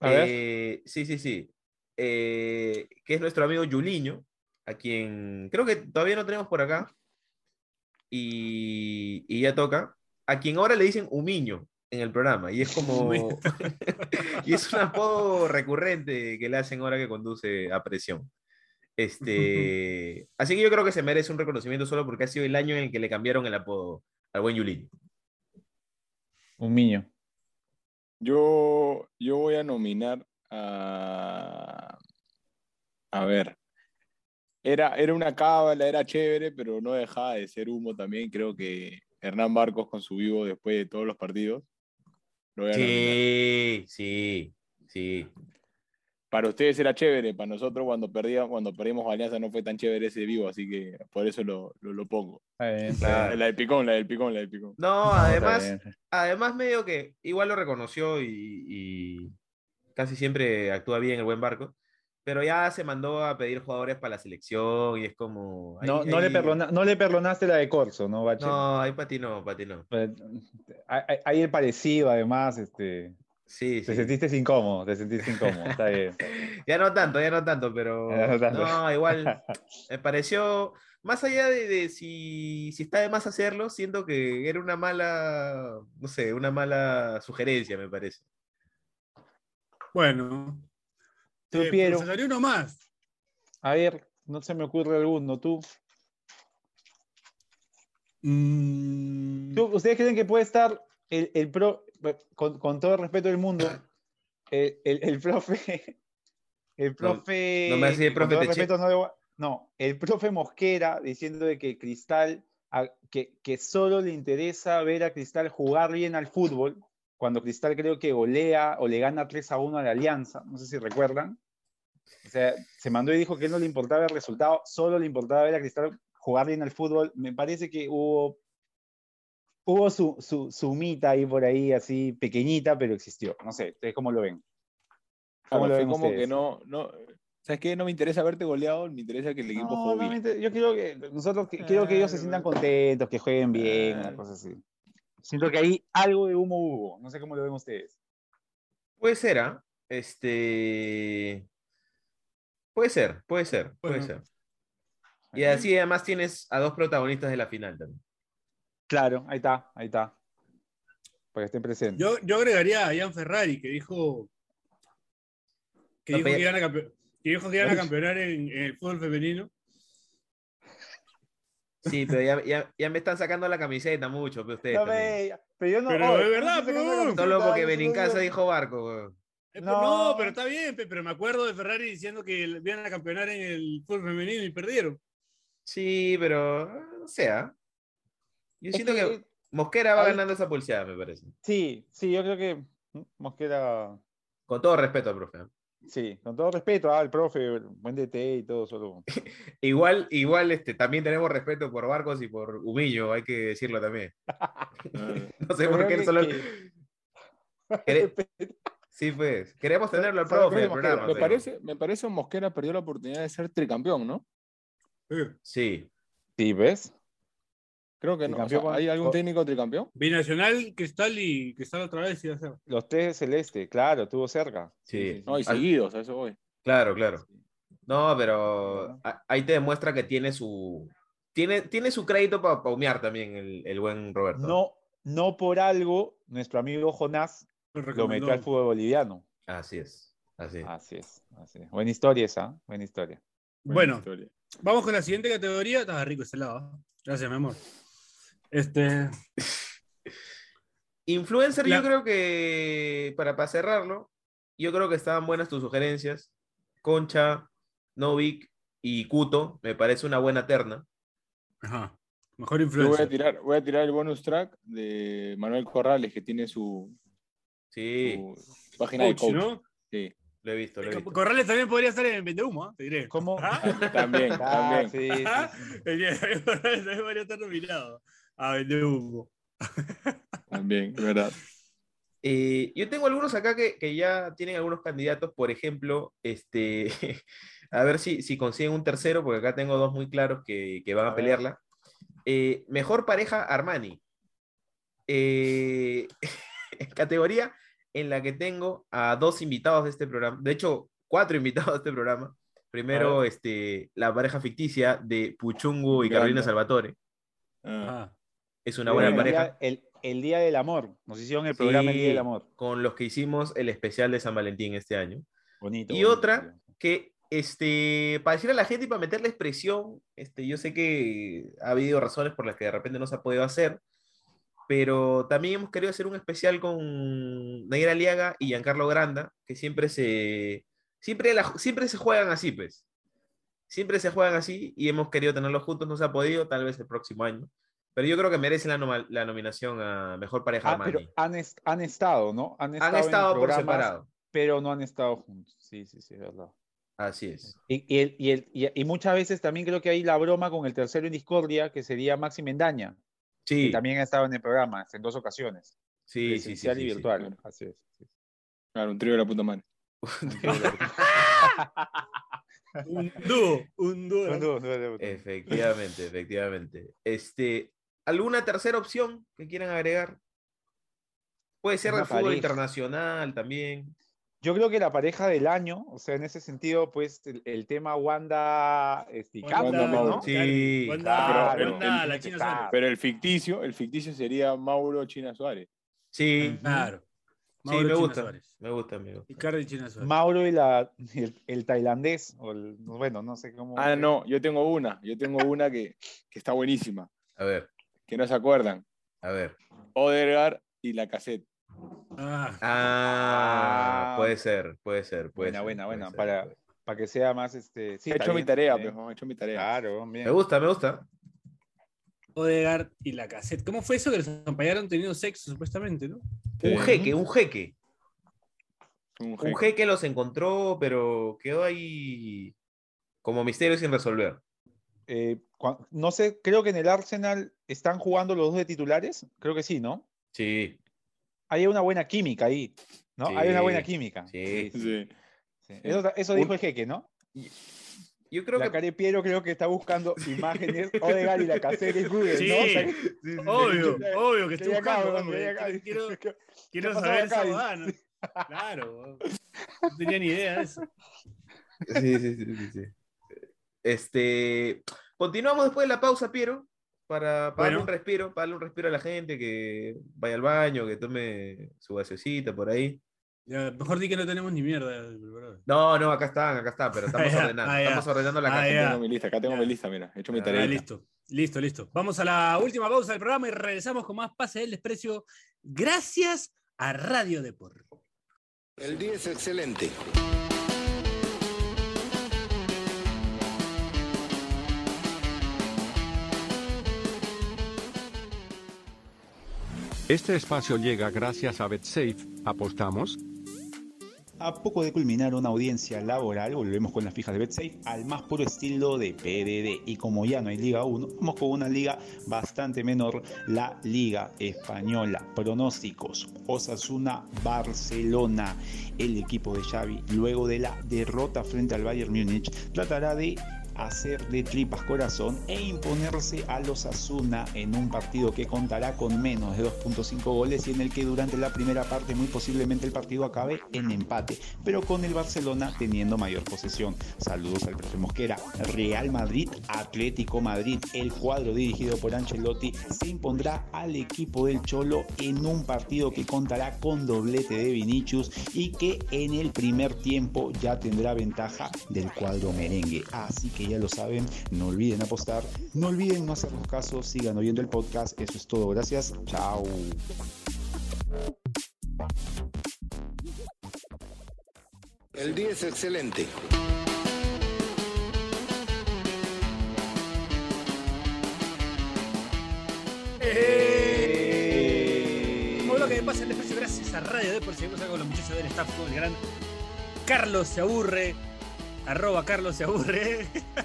A ver.
Eh, sí, sí, sí. Eh, que es nuestro amigo Juliño, a quien creo que todavía no tenemos por acá. Y, y ya toca. A quien ahora le dicen Humiño en el programa. Y es como.
Humiño.
y es un apodo recurrente que le hacen ahora que conduce a presión. Este, así que yo creo que se merece un reconocimiento solo porque ha sido el año en el que le cambiaron el apodo al buen Juliño.
Un niño.
Yo, yo voy a nominar a. A ver. Era, era una cábala, era chévere, pero no dejaba de ser humo también. Creo que Hernán Barcos con su vivo después de todos los partidos. lo voy a nominar.
Sí, sí, sí.
Para ustedes era chévere, para nosotros cuando perdíamos, cuando perdimos con Alianza no fue tan chévere ese vivo, así que por eso lo, lo, lo pongo.
Está bien, está
Claro.
La del picón, la del picón, la del picón.
No,
bien,
además,
Ah. está bien.
además medio que igual lo reconoció y, y casi siempre actúa bien el buen barco, pero ya se mandó a pedir jugadores para la selección y es como...
No,
ahí-
no, le
ahí-
perdona- no le perdonaste la de Corso, ¿no, Bache?
No, ahí patinó, patinó.
Pero, Hay, hay- hay el parecido, además. Este,
Sí,
Te
sí.
sentiste incómodo, te sentiste incómodo. Está bien. está bien.
Ya no tanto, ya no tanto, pero...
Ya no tanto.
No, igual me pareció... Más allá de, de si, si está de más hacerlo, siento que era una mala, no sé, una mala sugerencia, me parece.
Bueno.
Tú,
Eh,
Piero.
sacaré uno más.
A ver, no se me ocurre alguno. ¿Tú?
Mm,
¿Tú- ¿Ustedes creen que puede estar el, el pro, con, con todo el respeto del mundo, eh, el, el- el profe, el profe,
no me hagas así de
con
profe,
todo
te
el
che-
respeto no le voy a- No, el profe Mosquera diciendo de que Cristal, a- que, que solo le interesa ver a Cristal jugar bien al fútbol, cuando Cristal creo que golea o le gana 3 a 1 a la Alianza, no sé si recuerdan. O sea, se mandó y dijo que no le importaba el resultado, solo le importaba ver a Cristal jugar bien al fútbol. Me parece que hubo, hubo su, su, su mita ahí por ahí, así pequeñita, pero existió. No sé, ¿ustedes cómo lo ven?
Claro,
lo
fue
ven
como que
ustedes?
no, no. ¿Sabes qué? No me interesa verte goleado, me interesa que el equipo
No,
juegue
no me
bien.
inter- yo quiero que nosotros que- quiero que ellos se
Claro,
sientan
pues.
contentos, que jueguen bien, una
Claro.
cosa así. eh. Siento que ahí algo de humo hubo. No sé cómo lo ven ustedes.
Puede ser, ¿ah? Este. Puede ser, puede ser, puede
Bueno.
ser. Y así además tienes a dos protagonistas de la final también.
Claro, ahí está, ahí está. Para que estén presentes.
Yo, yo agregaría a Ian Ferrari, que dijo que,
No,
dijo
pero-
que, iban, a campe- que dijo que iban a campeonar en, en el fútbol femenino.
Sí, pero ya, ya, ya me están sacando la camiseta mucho, pero ustedes
No me-
también.
pero yo no.
Pero
oye,
es
no
verdad,
estoy sacando
pues.
la camiseta,
Solo porque
yo
Benincasa
digo-
dijo barco, weón.
Eh, pues,
No.
No. pero está bien, pe- pero me acuerdo de Ferrari diciendo que el- iban a campeonar en el fútbol femenino y perdieron.
Sí, pero. ah, No sea. Yo
Es
siento que,
que-
Mosquera va
ahí-
ganando esa pulseada, me parece.
Sí, sí, yo creo que mm, Mosquera.
Con todo respeto, profe. ¿ah?
Sí, con todo respeto al profe, buen DT y todo, solo.
Igual, igual este, también tenemos respeto por Barcos y por Humillo, hay que decirlo también.
Ah,
No sé por
Creo
qué él
que-
solo.
que-
Quere- Sí, pues. Queremos tenerlo al
Solo
profe del
queremos que-
programa.
Me
pero-
parece, me parece que Mosquera perdió la oportunidad de ser tricampeón, ¿no?
Eh,
Sí.
Sí, ¿ves?
Creo que no. o sea,
Tricampeón con-
¿Hay algún
con-
técnico tricampeón?
Binacional, Cristal y Cristal otra vez. y ya está.
Los tres de celeste, claro, estuvo cerca.
Sí.
No, y
Al-
seguidos, a eso voy.
Claro, claro. No,
Ajá.
pero a- ahí te demuestra que tiene su. Tiene, tiene su crédito para paumear también el, el buen Roberto.
No, no por algo, nuestro amigo Jonás
Lo
lo
recomendó.
metió al fútbol boliviano.
Así es. Así es.
Ah.
Así es, así es. Buena historia esa, ¿eh? buena historia.
Bueno,
historia.
vamos con la siguiente categoría. Estaba rico ese lado. ¿eh? Gracias, mi amor. Este,
Influencer,
La-
yo creo que. Para, para cerrarlo, yo creo que estaban buenas tus sugerencias. Concha, Novik y Cuto. Me parece una buena terna.
ajá, mejor
Yo voy a,
influencer.
tirar, voy a tirar el bonus track de Manuel Corrales, que tiene su,
Sí,
su página de
Coach,
coach.
¿no?
Sí,
lo he visto, lo he visto.
Corrales también podría estar en Vende Humo, te diré.
¿Cómo?
Ajá.
también,
Ah,
también.
sí, sí,
Ajá.
sí.
El día de hoy, Corrales también podría estar nominado a Vende Humo.
También, de verdad.
Eh, yo tengo algunos acá que, que ya tienen algunos candidatos, por ejemplo, este, a ver si, si consiguen un tercero, porque acá tengo dos muy claros que, que van a,
A ver.
pelearla. Eh, mejor pareja Armani. Eh, categoría en la que tengo a dos invitados de este programa, de hecho, cuatro invitados de este programa. Primero, este, la pareja ficticia de Puchungu y
Me
Carolina
encanta.
Salvatore.
Ah,
Ajá.
Es una buena
El día-
pareja.
El, el Día del Amor. Nos hicieron el programa El Día del
Sí.
Amor.
Con los que hicimos el especial de San Valentín este año.
Bonito.
Y
bonito,
otra,
bonito.
que este, para decirle a la gente y para meterle expresión, este, yo sé que ha habido razones por las que de repente no se ha podido hacer, pero también hemos querido hacer un especial con Negra Aliaga y Giancarlo Granda, que siempre se, siempre, la- siempre se juegan así, pues. Siempre se juegan así y hemos querido tenerlos juntos, no se ha podido, tal vez el próximo año. Pero yo creo que merecen la, noma- la nominación a Mejor Pareja
Ah,
Armani.
pero han, est- han estado, ¿no? Han
Han
estado, en
estado por
programas,
separado.
Pero no han estado juntos. Sí, sí, sí, es verdad.
Así es.
Y, y el- y el- y- y muchas veces también creo que hay la broma con el tercero en discordia, que sería Maxi Mendaña, que
Sí,
también ha estado en el programa en dos ocasiones.
sí, sí, sí,
presencial
sí,
y
sí.
virtual.
claro.
Así es.
Claro, un trío de la puta madre.
Un dúo, un dúo.
Eh. Efectivamente, efectivamente. Este, ¿alguna tercera opción que quieran agregar? Puede ser
Una
el fútbol
pareja.
internacional también.
Yo creo que la pareja del año, o sea, en ese sentido, pues el, el tema Wanda este, y
Wanda,
Carmen, ¿no?
Mauro.
Sí,
Carmen, Wanda,
claro,
Wanda,
el-
la China
Ah.
Suárez.
Pero el ficticio, el ficticio sería Mauro China Suárez.
Sí,
Claro. Mauro
me
China
gusta.
Suárez.
me gusta, amigo.
Y Carmen China Suárez.
Mauro y la, y el, el tailandés, o el- bueno, no sé cómo.
Ah, no, yo tengo una, yo tengo una que, que está buenísima,
A ver,
que no se acuerdan.
a ver.
Odegaard y la cassette.
Ah,
Ah,
Ah.
puede ser, puede ser, puede
Buena,
ser,
buena,
puede
Ah. buena,
ser,
para-
puede-
para que sea más este. Sí,
He
Ah, está
hecho mi
bien,
tarea, pues,
está bien.
pejo, he hecho mi tarea.
Claro, bien.
Me gusta, me gusta.
Odegaard y la cassette. ¿Cómo fue eso que los acompañaron teniendo sexo, supuestamente, no?
Un jeque, un jeque.
Un
Un
jeque.
jeque los encontró, pero quedó ahí como misterio sin resolver.
Eh, cua- no sé, creo que en el Arsenal están jugando los dos de titulares. Creo que sí, ¿no?
Sí,
Hay una buena química ahí, ¿no? Hay una buena
Sí,
química.
sí.
Sí.
sí. Eso, eso dijo el jeque, ¿no?
Yo creo
la
que.
Cari Piero creo que está buscando imágenes Odegaard y la casera en Google,
Sí,
¿no? O sea, que-
Obvio,
sí, sí.
obvio que
que
estoy
ya acá,
buscando.
weón,
hombre.
ya acá.
Quiero,
¿Qué
quiero
pasó
saber
acá?
esa huevada, ¿no? Claro, weón. no tenía ni idea de eso.
Sí, sí, sí, sí, sí. Este. Continuamos después de la pausa, Piero. Para, para darle
Bueno.
un respiro, para darle un respiro a la gente que vaya al baño, que tome su gaseosita por ahí.
Ya, mejor di que no tenemos ni mierda. bro.
No, no, acá están, acá están, pero estamos
Ah, ya,
ordenando,
ah, ya.
estamos ordenando la
Ah,
caja.
ya.
Tengo mi lista, acá tengo
Ya.
mi lista, mira. He hecho mi
Ah,
Ah,
tarea.
listo, listo, listo. Vamos a la última pausa del programa y regresamos con más Pase del Desprecio. Gracias a Radio Depor.
El día es excelente.
Este espacio llega gracias a BetSafe. ¿Apostamos?
A poco de culminar una audiencia laboral, volvemos con las fijas de BetSafe al más puro estilo de PDD. Y como ya no hay Liga 1, vamos con una liga bastante menor, la Liga Española. Pronósticos: Osasuna Barcelona. El equipo de Xavi, luego de la derrota frente al Bayern Múnich, tratará de hacer de tripas corazón e imponerse a los Asuna en un partido que contará con menos de 2.5 goles y en el que durante la primera parte muy posiblemente el partido acabe en empate, pero con el Barcelona teniendo mayor posesión. Saludos al profe Mosquera. Real Madrid, Atlético Madrid, el cuadro dirigido por Ancelotti se impondrá al equipo del Cholo en un partido que contará con doblete de Vinicius y que en el primer tiempo ya tendrá ventaja del cuadro merengue. Así que ya lo saben, no olviden apostar, no olviden no hacernos caso, sigan oyendo el podcast. Eso es todo, gracias, chao.
El día es excelente.
Como bloque de Pase del Desprecio, gracias a Radio Depor. Seguimos acá con los muchachos del staff con el gran Carlos se aburre. Arroba Carlos se aburre.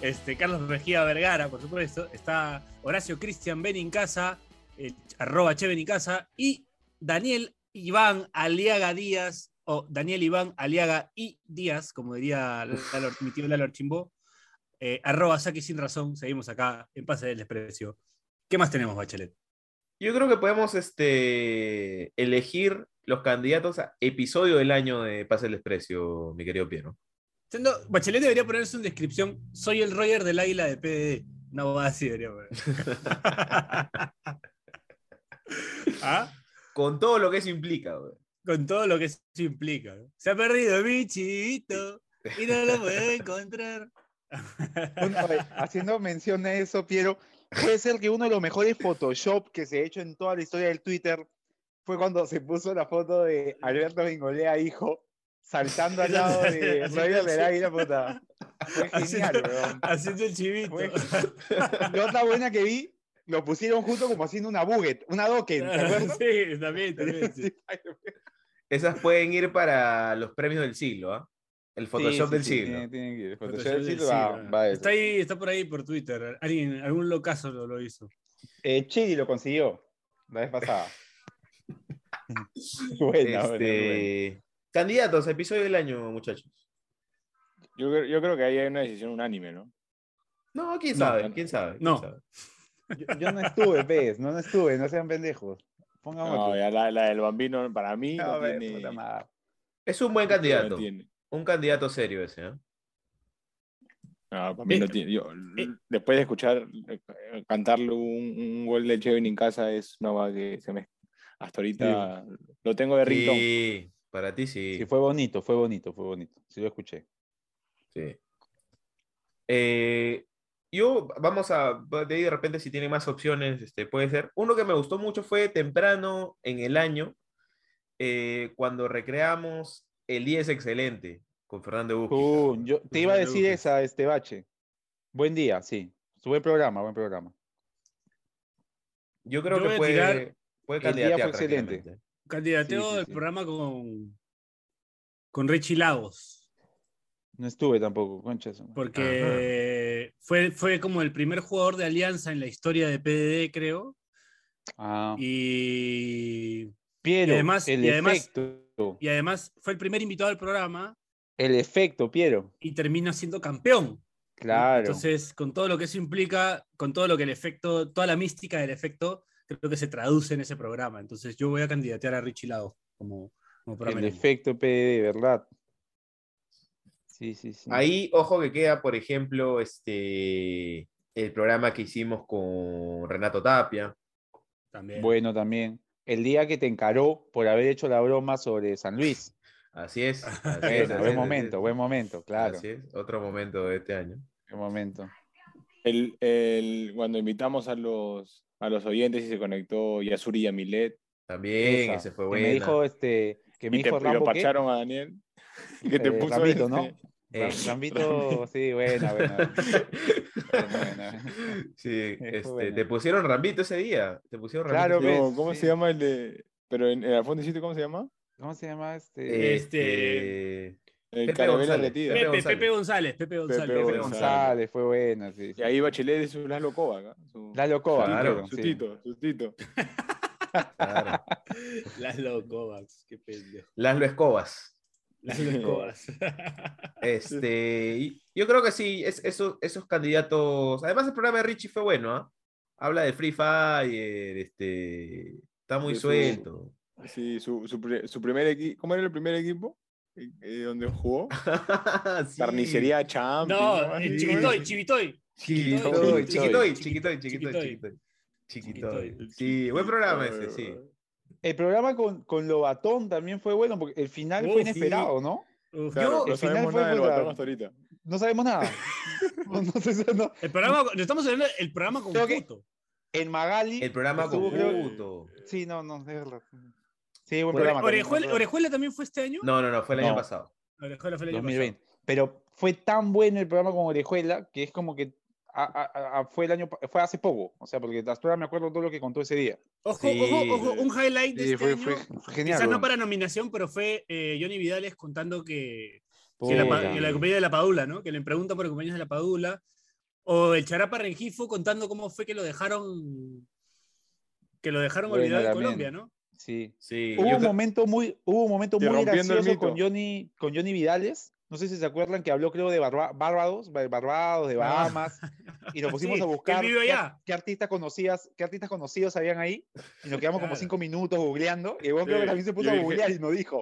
Este, Carlos Mejía Vergara, por supuesto. Está Horacio Cristian Benincasa, el ch- eh, arroba Che Benincasa. Y Daniel Iván Aliaga Díaz, o Daniel Iván Aliaga y Díaz, como diría Lalo- mi tío Lalo Archimbó. Eh, arroba Saki sin razón. Seguimos acá en Pase del Desprecio. ¿Qué más tenemos, Bachelet?
Yo creo que podemos este, elegir los candidatos a episodio del año de Pase el Desprecio, mi querido Piero.
Siendo, Bachelet debería poner en su descripción: Soy el Roger del Águila de PDD. No, así debería poner. ¿Ah?
Con todo lo que eso implica, güey.
Con todo lo que eso implica. ¿no? Se ha perdido mi chivito y no lo puede encontrar.
eh, haciendo mención a eso, Piero, puede ser que uno de los mejores Photoshop que se ha hecho en toda la historia del Twitter fue cuando se puso la foto de Alberto Bengolea, hijo, saltando al lado de Roger del Águila, puta. Fue genial,
Haciendo-
weón.
Haciendo el chivito.
Fue- La otra buena que vi, lo pusieron junto como haciendo una buget, una doken, ¿te acuerdas?
sí, también, también. sí.
Esas pueden ir para los premios del siglo, ¿ah? El Photoshop del
eh,
siglo.
Tiene- tiene que ir. Photoshop
Photoshop
del
del
siglo va-
siglo.
va eso.
Está ahí, está por ahí por Twitter. Alguien, algún locazo lo, lo hizo.
Eh, Chiri lo consiguió la vez pasada. Buena, buena, buena.
Este, Candidatos a episodio del año, muchachos.
Yo, creo- yo creo que ahí hay una decisión unánime, ¿no?
No, quién
No,
sabe,
no, no.
quién sabe. quién
No.
sabe.
Yo, yo no estuve, pez, no, no estuve, no sean pendejos. Pongan
No,
otro.
ya la, la del bambino para mí
No,
no,
ve,
tiene-
puta madre.
Es un buen
no
candidato.
tiene.
Un candidato serio ese, ¿ah?
No, para mí no
Eh,
tiene. Yo, l- después de escuchar eh, cantarle un, un gol de Chevin en casa es una va que se me hasta ahorita lo tengo de ringtone.
Sí, para ti sí.
Sí, fue bonito, fue bonito, fue bonito. Sí, lo escuché.
Sí. Eh, yo, vamos a, de ahí de repente si tiene más opciones, este, puede ser. Uno que me gustó mucho fue temprano en el año, eh, cuando recreamos El día es excelente, con Fernando Buki.
Uh, yo te iba a
Fernando
decir
Duque.
esa, este bache. Buen día, sí. Buen programa, buen programa.
Yo creo
Yo voy
que
a
puede,
tirar-
puede
El día
candidatear
fue excelente.
tranquilamente.
Candidateo
Sí, sí,
del
sí.
programa con, con Richie Lagos.
No estuve tampoco, concha. de su madre.
Porque fue, fue como el primer jugador de Alianza en la historia de PDD, creo.
Ah,
Y,
Piero,
y además-
el
y además-
efecto.
y además fue el primer invitado al programa
El efecto, Piero.
y termina siendo campeón. ¿no?
Claro.
Entonces, con todo lo que eso implica, con todo lo que el efecto, toda la mística del efecto, creo que se traduce en ese programa. Entonces, yo voy a candidatear a Richie Lago como, como programa
el
elenco.
efecto PDD, ¿verdad? Sí, sí, sí.
Ahí, ojo que queda, por ejemplo, este, el programa que hicimos con Renato Tapia.
También.
Bueno, también. El día que te encaró por haber hecho la broma sobre San Luis.
Así es. así es, así
Bueno,
es,
buen
así
momento,
es.
buen momento, claro.
Así es, otro momento de este año.
Buen momento.
El, el- cuando invitamos a los, a los oyentes y se conectó Yasuri Yamilet.
También,
Esa,
ese fue
que
bueno.
Me dijo este. Que me
Y te,
dijo
y lo
Rambo ¿qué?
pacharon a Daniel. Que te
Eh,
puso
Rambito,
este-
¿no?
Eh.
Ram- Rambito, sí, buena, buena. Buena, buena.
Sí,
Qué
este,
joven,
te
eh.
pusieron Rambito ese día. Te pusieron Rambito
Claro,
ese día.
ves,
No, ¿Cómo
sí.
se llama el de.? Pero en, en Alfonso Sitio, ¿cómo se llama?
¿Cómo se llama este?
Eh,
Este,
El
Pepe
Carabela
González.
Retida.
Pepe,
González.
Pepe González, Pepe González.
Pepe
Pepe
González.
González, fue buena, sí. sí.
Y ahí Bachelet es un Laszlo Kovac. ¿ah? Su,
La locoba,
Claro,
creo,
su
sí.
tito, su tito.
claro.
Laszlo Kovacs, qué pendejo.
Laszlo Escobas.
Laszlo Kovacs.
Este, y yo creo que sí, es, esos, esos candidatos. Además, el programa de Richie fue bueno, ¿ah? Habla de Free Fire, este, está muy
De su-
suelto.
Sí, su, su, pri- su primer equipo. ¿Cómo era el primer equipo? Eh, eh, donde jugó.
Sí.
Carnicería Champions.
No,
Así,
el Chiquitoy,
güey.
Chiquitoy.
Chiquitoy, chiquitoy,
Chiquitoy,
chiquitoy,
chiquitoy, chiquitoy, chiquitoy.
chiquitoy.
Chiquitoy.
Chiquitoy.
Sí, buen programa ese, sí.
El programa con, con Lobatón también fue bueno, porque el final
Oh,
Uh,
fue inesperado, ¿no?
Uf,
Claro,
Yo-
no
el final
sabemos
fue
nada de los
puta-
Batatas hasta ahorita.
No sabemos nada. No, no sé, no.
el programa, estamos hablando del programa con
Creo que-
Puto.
El Magali.
El programa con
estuvo, creo-
Puto.
Sí, no, no, es verdad. Sí, buen
Ore-
programa. también, buen
Orejuela,
programa.
Orejuela también fue este año.
No, no, no, fue el año
No.
pasado.
Orejuela fue el año
2020. Pero fue tan bueno el programa con Orejuela que es como que a- a- a- fue el año pa- fue hace poco. O sea, porque hasta ahora me acuerdo todo lo que contó ese día.
pasado. Ojo,
Sí.
ojo, ojo, un highlight de
Sí,
este
fue,
año.
fue genial.
Quizás no
weón.
para nominación, pero fue eh, Johnny Vidales contando que, que
Puta.
la, pa- que la compañía de la Padula, ¿no? Que le preguntan por el compañero de la Padula. O el Charapa Rengifo contando cómo fue que lo dejaron. Que lo dejaron
Bueno,
olvidado en
también.
Colombia, ¿no?
Sí.
Sí,
Hubo
yo
un
creo-
momento muy, hubo un momento
Y
muy
rompiendo el
gracioso con
mito.
Johnny, con Johnny Vidales. No sé si se acuerdan que habló, creo, de Barba- Barbados, Bar- Barbados, de
Ah.
Bahamas, y nos pusimos
Sí,
a
él
buscar
vive
qué,
allá.
qué artistas conocidas, qué artistas conocidos habían ahí, y nos quedamos como
Claro.
cinco minutos googleando, y el weón creo que
Sí,
también se puso
yo
a
dije-
googlear y nos dijo.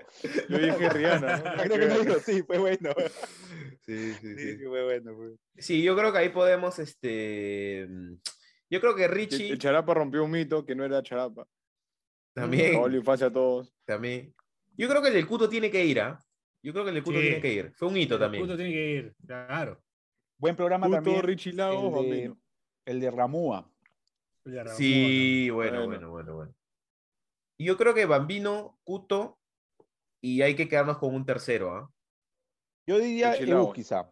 Yo dije Rihanna. ¿no?
creo que nos dijo, sí, fue bueno.
Sí, sí,
Sí,
sí.
sí, fue bueno. fue-
Sí, yo creo que ahí podemos, este, mm, yo creo que
El,
Richie
el Charapa rompió un mito que no era Charapa.
también,
Acabó la infancia a todos.
también. Yo creo que el del Cuto tiene que ir, ¿ah? Yo creo que el del Cuto
Sí.
tiene que ir. Fue un hito también.
Puto tiene que ir, claro.
Buen programa
Justo
también,
Richie Lago,
el de-
bambino.
el de Ramúa.
Sí, bueno,
Bueno.
bueno, bueno, bueno. Y Yo creo que Bambino, Cuto y hay que quedarnos con un tercero, ¿ah?
Yo diría
Richie
Ebu,
Lagos.
quizá.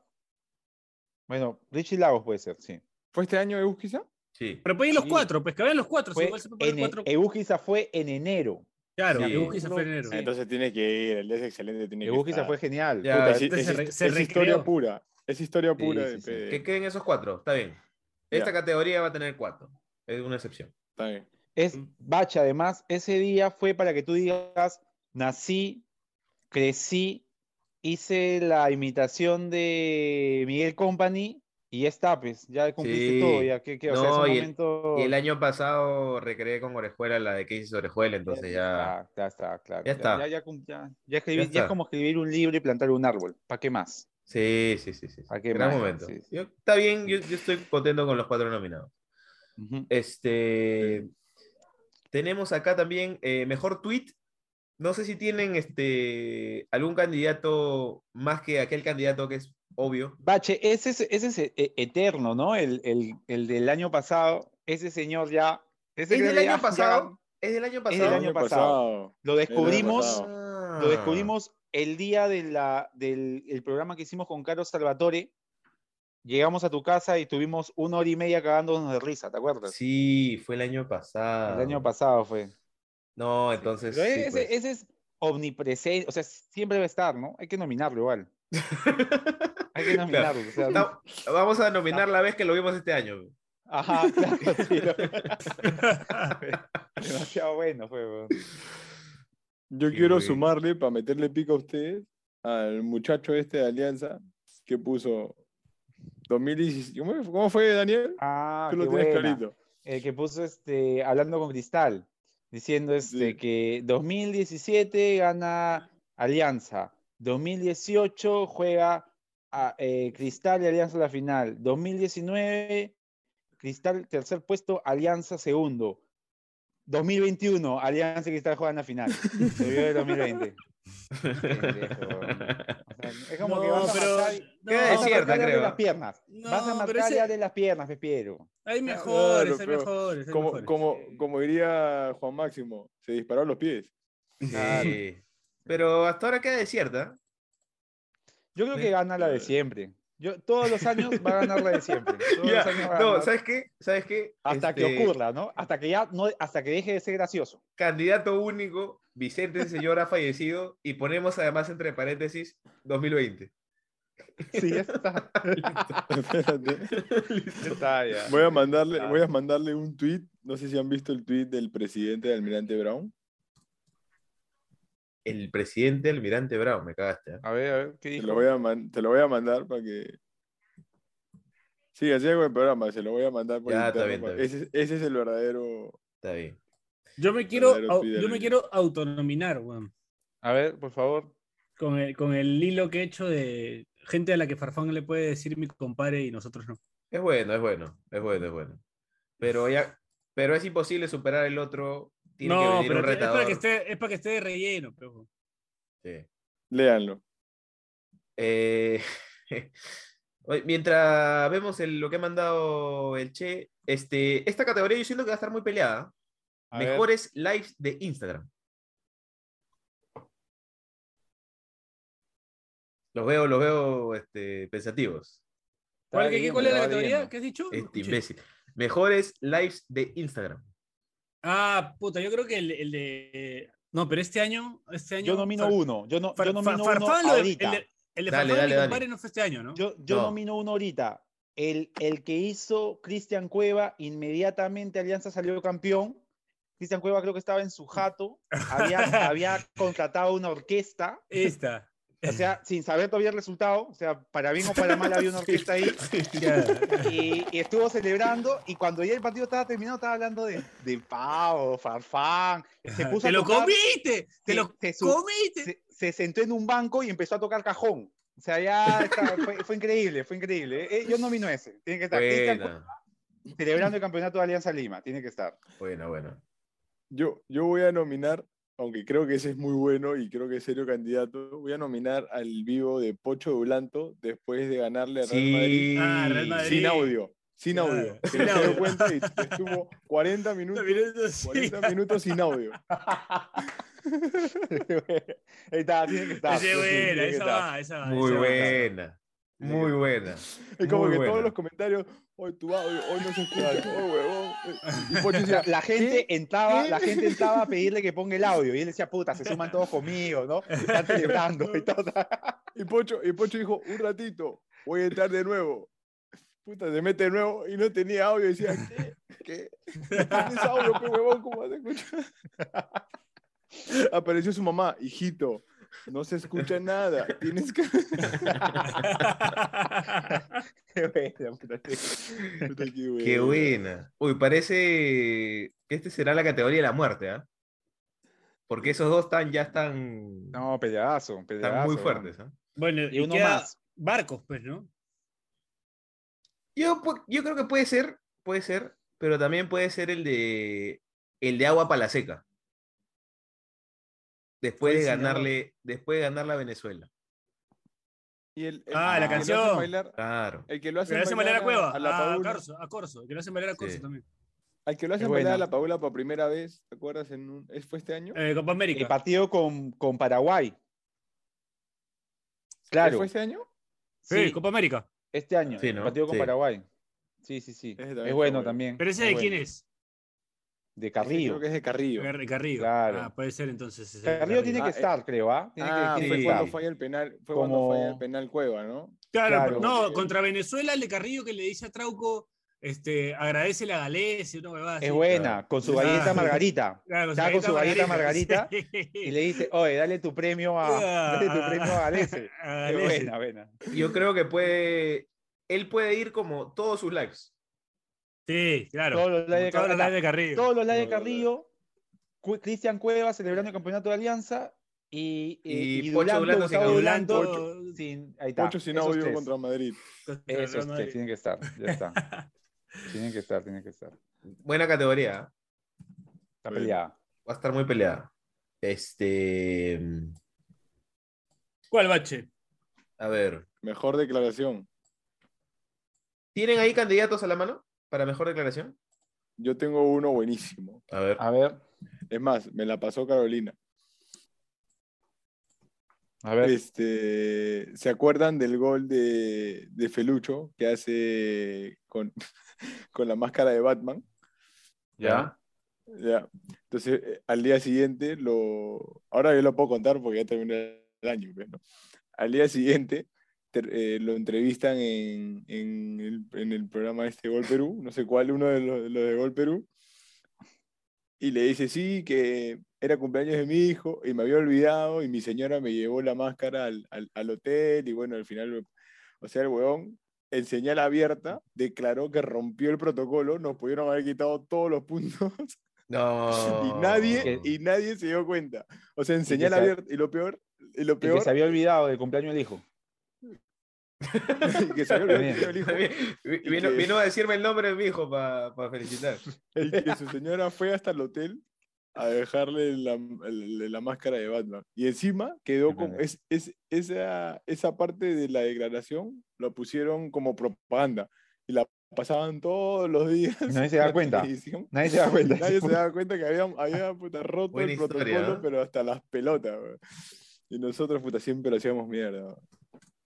Bueno, Richie Lagos puede ser, sí.
¿Fue este año Eus quizá?
Sí.
Pero pueden ir los
Sí.
cuatro, pues que vayan los cuatro. si
Fue E
igual se pueden
en
poner cuatro.
Ebuquiza fue en enero.
claro,
Sí.
que busque se fue en enero.
Sí.
Entonces tiene que ir, el día es excelente, tiene que
Ebuquiza
estar.
fue genial.
Ya,
Puta, es,
este
es-
se re-
es
se
historia
recreó.
pura. Es historia
Sí,
pura
sí,
de
sí.
PD.
Que queden esos cuatro, está bien. Esta
eh, Ya.
categoría va a tener cuatro. Es una excepción.
Está bien.
Es
Mm.
Bacha, además, ese día fue para que tú digas, nací, crecí, hice la imitación de Miguel Company y ya está, pues, ya cumpliste
Sí.
todo, ya que, que, o sea, es
No,
un
y el-
momento...
Y el año pasado recreé con Orejuela la de que hice Orejuela, entonces ya.
Ya está, claro.
Ya está.
Ya, ya cum- ya- ya
Ya
escribí- ya es
está.
como escribir un libro y plantar un árbol. ¿Para qué más?
Sí, sí, sí, sí. sí.
¿A qué
Gran
más?
momento.
Sí, sí.
Yo- está bien, yo, yo estoy contento con los cuatro nominados.
Ujú.
Eh, Este, tenemos acá también eh, mejor tweet. No sé si tienen este algún candidato más que aquel candidato que es obvio.
Bache, ese es, ese es e- e- eterno, ¿no? El, el- el del año pasado, ese señor ya...
Es
Ese creo
del
que ya-
año
ya-
pasado. Ah. Es del año
del
pasado.
año pasado. Lo descubrimos,
pasado.
lo descubrimos el día de la- del el programa que hicimos con Carlos Salvatore, llegamos a tu casa y tuvimos una hora y media cagándonos de risa, ¿te acuerdas?
Sí, fue el año pasado.
El año pasado fue.
No, entonces.
Pero
sí,
ese,
pues.
ese es omnipresente, o sea, siempre va a estar, ¿no? Hay que nominarlo igual. Hay que nominarlo. o sea,
No, vamos a nominar la vez que lo vimos este año.
Ajá, claro, sí, lo- Demasiado bueno fue. weón.
Yo
Sí,
quiero
muy bien.
sumarle, para meterle pico a ustedes, al muchacho este de Alianza que puso 2017. ¿Cómo fue- ¿Cómo fue, Daniel?
Ah,
Tú lo
qué
tienes
buena.
clarito.
El que puso este, hablando con Cristal, diciendo este,
Sí.
que 2017 gana Alianza, 2018 juega a- eh, Cristal y Alianza la final, 2019 Cristal tercer puesto, Alianza segundo, 2021 Alianza y Cristal juegan la final, se vio de 2020. Pendejo, O sea, es como que
No,
vas a
pero-
marcar,
no,
Queda
vas a
desierta,
marcar ya de
creo.
las piernas,
No,
vas a
pero
marcar
ese-
ya de las piernas, Pepiero.
Hay mejores, hay
pero
mejores. hay
Como,
mejores.
como, como diría Juan Máximo, se disparó a los pies.
Claro.
Sí. Pero hasta ahora queda ¿eh? desierta.
Yo creo que
Me-
gana la de siempre. Yo, todos los años va a ganar la de siempre. Todos los
Ya,
años va a
No,
ganar.
¿sabes qué? ¿Sabes qué?
hasta
Este,
que ocurra, ¿no? Hasta que ya no, hasta que deje de ser gracioso.
Candidato único, Vicente Señor ha fallecido y ponemos además entre paréntesis 2020.
Sí, ya está.
Espérate.
Ya está, ya.
Voy a mandarle, voy a mandarle un tweet. No sé si han visto el tweet del presidente de Almirante Brown.
El presidente Almirante Brown, me cagaste. ¿eh?
A ver, a ver,
Te
¿qué dijo?
lo voy a, man- te lo voy a mandar para que. Sí, así hago el programa, se lo voy a mandar por
Ya, está
interno
bien, está
para-
bien.
Ese, ese es el verdadero.
Está bien.
Yo me quiero,
Verdadero
au-
Twitter.
yo me quiero autonominar, weón.
A ver, por favor.
Con el, con el hilo que he hecho de gente a la que Farfán le puede decir mi compadre y nosotros no.
Es bueno, es bueno, es bueno, es bueno. Pero ya, pero es imposible superar el otro. Tiene que
no,
venir
pero es
un
para,
retador.
que esté, es para que esté de relleno. Pero...
Sí.
Léanlo.
Eh, oye, mientras vemos el- lo que ha mandado el Che, este, esta categoría yo siento que va a estar muy peleada.
A ver.
Mejores lives de Instagram. Los veo, los veo este, pensativos.
Está
¿Cuál, qué-
bien,
cuál es la
está
categoría
bien.
que has dicho? No
Este
escuché.
imbécil. Mejores lives de Instagram.
Ah, puta, yo creo que el, el de. No, pero este año. Este año
Yo nomino
Far-
uno. Yo, no,
Far-
yo nomino
Far-
uno
Farfán lo de-
ahorita.
El de, el de
Dale,
Farfán,
dale,
mi
dale.
compadre, no fue este año, ¿no?
Yo, yo
No.
nomino uno ahorita. El, el que hizo Cristian Cueva, inmediatamente Alianza salió campeón. Cristian Cueva creo que estaba en su
Mm.
jato. Había, había contratado una orquesta.
Esta.
O
Mm.
sea, sin saber todavía el resultado. O sea, para bien o para mal había una orquesta ahí.
Ya.
Y, y estuvo celebrando. Y cuando ya el partido estaba terminado, estaba hablando de, de Pavo, Farfán. Se puso
¡Te
a
lo
tocar,
comiste! ¡Te
se-
lo
se su-
comiste!
se, se sentó en un banco y empezó a tocar cajón. O sea, ya está- fue, fue increíble, fue increíble. Eh, yo nomino ese. Tiene que estar. Cristian Cueva-
Buena,
celebrando el campeonato de Alianza Lima, tiene que estar.
buena, buena.
Yo, yo voy a nominar, aunque creo que ese es muy bueno y creo que es serio candidato, voy a nominar al vivo de Pocho Dulanto después de ganarle a Real Madrid
Sí.
Ah, Real Madrid.
sin audio. Sin
Claro,
audio. Que
sin
no se dio
audio.
cuenta y estuvo 40 minutos, 40 minutos sin audio.
Ahí está, tiene que estar.
Esa es buena,
Tiene que
esa
estar.
va, esa va.
Muy
esa va.
buena. Muy buena.
Es como
Muy
que
buena.
todos los comentarios, hoy tu audio, hoy no se escucha, hoy huevón. Y Pocho
O sea,
decía,
la gente entraba, la
¿Qué?
gente entraba a pedirle que ponga el audio y él decía, puta, se suman todos conmigo, ¿no? Están celebrando y todo.
Y Pocho, y Pocho dijo, un ratito, voy a entrar de nuevo. Puta, se mete de nuevo y no tenía audio. y Decía, ¿qué? ¿Qué? No tienes audio, qué pues, huevón, ¿cómo vas a escuchar?". Apareció su mamá, hijito, no se escucha nada. Tienes que...
Qué bueno, puta, sí.
Puta, qué
Qué
huevón.
buena. Uy, parece que este será la categoría de la muerte, ¿ah? Porque esos dos están, ya están,
No, peleazo,
están
peleazo.
muy
¿no?
fuertes, ¿ah?
Bueno,
Y uno
queda
más.
Barcos, pues, ¿no?
Yo, pu- yo creo que puede ser, puede ser, pero también puede ser el de el de agua para la seca. Después
Ay,
de
sí, ¿no?
ganarle, después de ganar la Venezuela.
Y el- el
Ah, la
que lo hace
canción.
bailar-
Claro.
el que lo hace,
Que le hacen bailar a Cueva, Ah,
la
a,
Paula-
Corso, a Corso, que le hacen bailar a Corso
Sí.
también.
al que lo hace
Es
bailar a
bueno.
la Paula por primera vez, ¿te acuerdas? En un, ¿Fue este año?
Eh, Copa
El
América.
partido con, con Paraguay. Claro,
¿Fue este año?
Sí,
sí,
Copa América.
este año,
Sí,
el
¿no?
partido con
Sí.
Paraguay. Sí, sí, sí.
Ese
Es
también
bueno,
está bueno.
también.
¿Pero ese
muy
de
bueno.
quién es?
De
Ese
Carrillo.
Creo que es de Carrillo.
Gar- Carrillo.
Claro.
Ah, puede ser entonces. ese de
Carrillo tiene
Ah,
que
eh.
estar, creo, ¿ah? Tiene que-
Ah,
tiene
fue
que
sí.
estar.
cuando falla el penal, fue
Como-
cuando falla el penal Cueva, ¿no?
Claro,
Claro.
pero no, contra Venezuela el de Carrillo que le dice a Trauco, este, agradecele a Galés, una huevada así.
Es buena, con su galleta
Ah.
Margarita.
Claro,
Está con su galleta Margarita
sí.
Y le dice, oye, dale tu premio a,
Ah,
dale tu premio a Galese.
a
Es
Galese.
buena, buena.
Yo creo que puede. Él puede ir como todos sus lives.
Sí, claro.
Todos los lives de
Todos los
Carrillo.
lives de Carrillo.
Todos los lives de
No, no, no.
Carrillo, Cu- Cristian Cueva celebrando el campeonato de Alianza y,
Y
y, y
Pocho Durando sin
Gustavo
audio.
Durando
Pocho-
sin, ahí está.
Ocho sin
esos
audio
tres.
contra Madrid.
Contra
Esos
Real
tres,
Madrid.
tienen que estar, ya está. tienen que estar, tienen que estar.
Buena categoría. ¿eh?
Está
Bueno.
peleada.
Va a estar muy peleada. Este.
¿Cuál bache?
A ver.
Mejor declaración.
¿Tienen ahí candidatos a la mano para mejor declaración?
Yo tengo uno buenísimo.
A ver.
A ver,
Es más, me la pasó Carolina.
a ver.
Este, ¿se acuerdan del gol de, de Felucho que hace con, con la máscara de Batman?
Ya.
Ya. Entonces, eh, al día siguiente lo. Ahora yo lo puedo contar porque ya terminó el año, pues, ¿no? Al día siguiente ter- eh, lo entrevistan en, en el, en el programa este Gol Perú, no sé cuál, uno de los, de los de Gol Perú. Y le dice, sí, que era cumpleaños de mi hijo y me había olvidado y mi señora me llevó la máscara al, al- al hotel y bueno, al final, me- o sea, el huevón en señal abierta declaró que rompió el protocolo, nos pudieron haber quitado todos los puntos
No.
Ah,
y nadie, y nadie se dio cuenta. O sea, en señal
sab-
abierta. Y lo peor, y lo
Y que
peor,
se había olvidado del cumpleaños del hijo.
y que salió el
Bien.
video del hijo,
Vi- Vino, vino a decirme el nombre de mi hijo para felicitar.
y que su señora fue hasta el hotel a dejarle la, el- la máscara de Batman. Y encima quedó con. Es, es- esa, esa parte de la declaración la pusieron como propaganda. Y la pasaban todos los días.
Nadie se
en
da
la
cuenta.
televisión.
Nadie se da cuenta.
Nadie se daba cuenta que había, había puta, roto
Buena
el
historia,
protocolo,
¿no?
pero hasta las pelotas. weón. Y nosotros, puta, siempre lo hacíamos mierda. weón.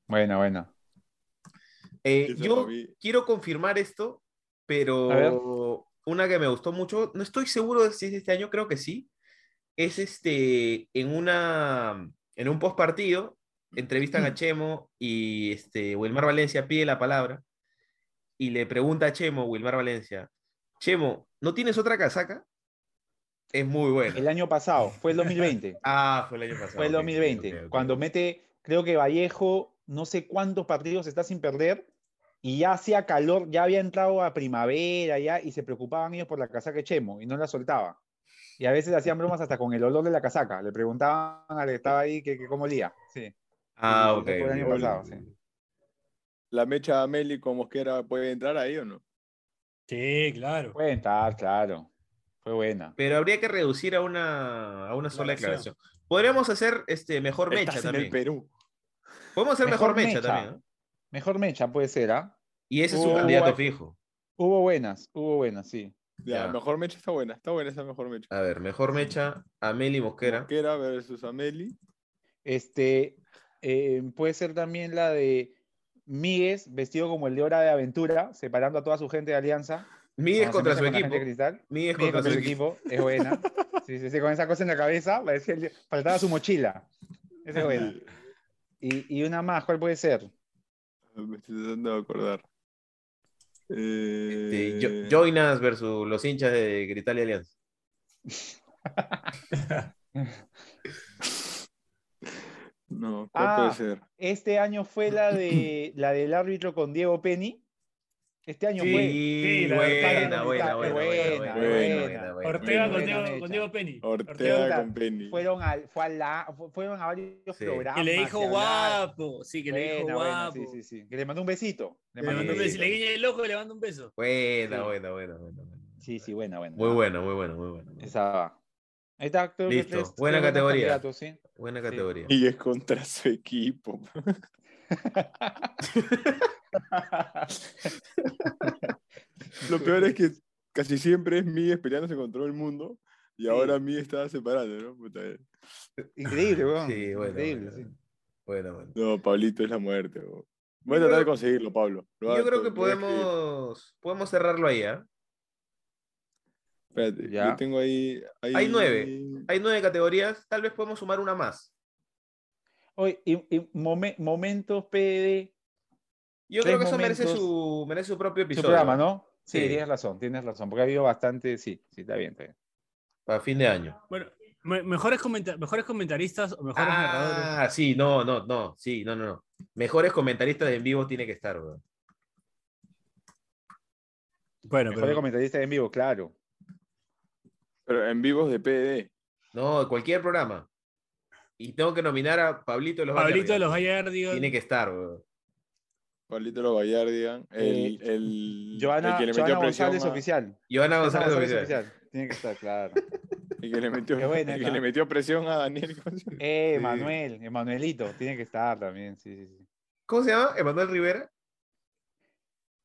Buena, buena.
Eh,
Eso
yo
lo vi.
quiero confirmar esto,
A ver.
pero una que me gustó mucho, no estoy seguro de si es este año, creo que sí. Es este en una en un post partido entrevistan a Chemo y este Wilmar Valencia pide la palabra y le pregunta a Chemo Wilmar Valencia, Chemo, ¿no tienes otra casaca? Es muy buena.
El año pasado, fue el 2020.
Ah, fue el año pasado.
Fue el
ok, ok,
2020,
ok, ok.
cuando mete, creo que Vallejo, no sé cuántos partidos está sin perder, y ya hacía calor, ya había entrado a primavera, ya, y se preocupaban ellos por la casaca de Chemo, y no la soltaba. Y a veces hacían bromas hasta con el olor de la casaca, le preguntaban al que estaba ahí que, que cómo olía. Sí,
Ah,
Sí,
ok.
fue el año
ok, ok.
pasado, sí.
¿La mecha de Amelie con Mosquera puede entrar ahí o no?
Sí, claro.
puede entrar, claro. Fue buena.
Pero habría que reducir a una, a una sola
Declaración.
declaración. Podríamos hacer este, mejor mecha
Estás en el
también.
Perú.
Podemos hacer mejor,
Mejor
mecha,
mecha.
también. ¿no?
Mejor mecha puede ser, ¿ah?
Y ese es un
Oh,
candidato
guay.
fijo.
Hubo buenas, hubo buenas, sí.
Ya,
Ya.
mejor mecha está buena, está buena esa mejor mecha.
A ver, mejor mecha, Ameli Mosquera.
Mosquera versus Amelie.
Este, eh, puede ser también la de Míguez, vestido como el de Hora de Aventura, separando a toda su gente de Alianza.
Míguez
cuando
contra
se
su
mete con la gente
equipo.
de Cristal.
Míguez
Míguez
contra su equipo.
Es buena. Sí, sí, sí, con esa cosa en la cabeza, parecía el- faltaba su mochila. Esa es buena. Y, y una más, ¿cuál puede ser?
Me estoy tratando de acordar. Eh,
Este, Jo- Joinas versus los hinchas de Grital y Alianza.
No, ¿cuál
Ah.
puede ser?
Este año fue la, de, la del árbitro con Diego Penny. Este año fue.
Sí,
Sí, la
buena, buena,
verdad,
buena, buena,
buena,
buena,
buena.
buena, buena.
Ortega
buena
con Diego,
mecha.
con Diego Penny.
Ortega
Ortega.
con Penny.
Fueron, al, fue a la- fu- fueron a varios
Sí.
programas.
Que le dijo
se hablaron.
guapo. Sí, que le dijo
Buena, buena,
guapo.
sí, sí, sí. Que le mandó un besito. Le
Le
mandó
mando
un
un
Sí.
beso.
besito.
Le guiña el ojo y le mando un beso.
Buena,
Sí.
buena, buena, buena. buena.
Sí, sí, buena, buena.
Muy buena, muy buena, muy buena.
Esa va. Ahí está, creo que
Listo,
tres-
buena
tres buenos
categoría.
candidatos, sí.
Buena categoría.
Y es contra su equipo. Lo peor es que casi siempre es Miguel peleándose con todo el mundo y ahora Miguel estaba separando, ¿no? Puta, eh.
Increíble, weón.
Sí, bueno,
Increíble,
bueno.
sí.
Bueno, bueno.
No, Pablito es la muerte. bro. Voy a tratar de
creo-
conseguirlo, Pablo. Lo voy a-
Yo creo que
lo voy a escribir.
podemos, podemos cerrarlo ahí, ¿ah?
Espérate,
Ya.
yo tengo ahí, ahí-
Hay nueve. Hay nueve categorías, tal vez podemos sumar una más.
Oye, y, y momen- momentos PD.
Yo
Tres
creo que eso merece
momentos.
su, merece su propio
Su
episodio.
programa, ¿no? Sí,
Sí.
tienes razón, tienes razón. Porque ha habido bastante. Sí, sí, está bien, está bien.
Para fin de año.
Bueno, me- mejores, comenta- mejores comentaristas o mejores narradores.
Ah, sí, no, no, no, sí, no, no, no. Mejores comentaristas de en vivo tiene que estar, weón.
Bueno,
Mejor de
pero
comentarista en vivo, claro.
Pero en vivos de PD.
No, cualquier programa. Y tengo que nominar a Pablito de los
Pablito de los
Gallardos.
Gallardos.
Tiene que estar, weón.
Pablito Lo Gallardian.
Eh,
El, el, el
Joana,
que le metió
Joana
presión
González
a-
oficial.
Giovanna
Joana
González
González
Oficial.
oficial. Tiene que estar, claro.
el que le metió,
Qué buena
el
esa.
que le metió presión a Daniel. ¿cómo se llama?
Eh,
Sí.
Emanuel, Emanuelito, tiene que estar también, sí, sí, sí.
¿Cómo se llama? Emanuel Rivera.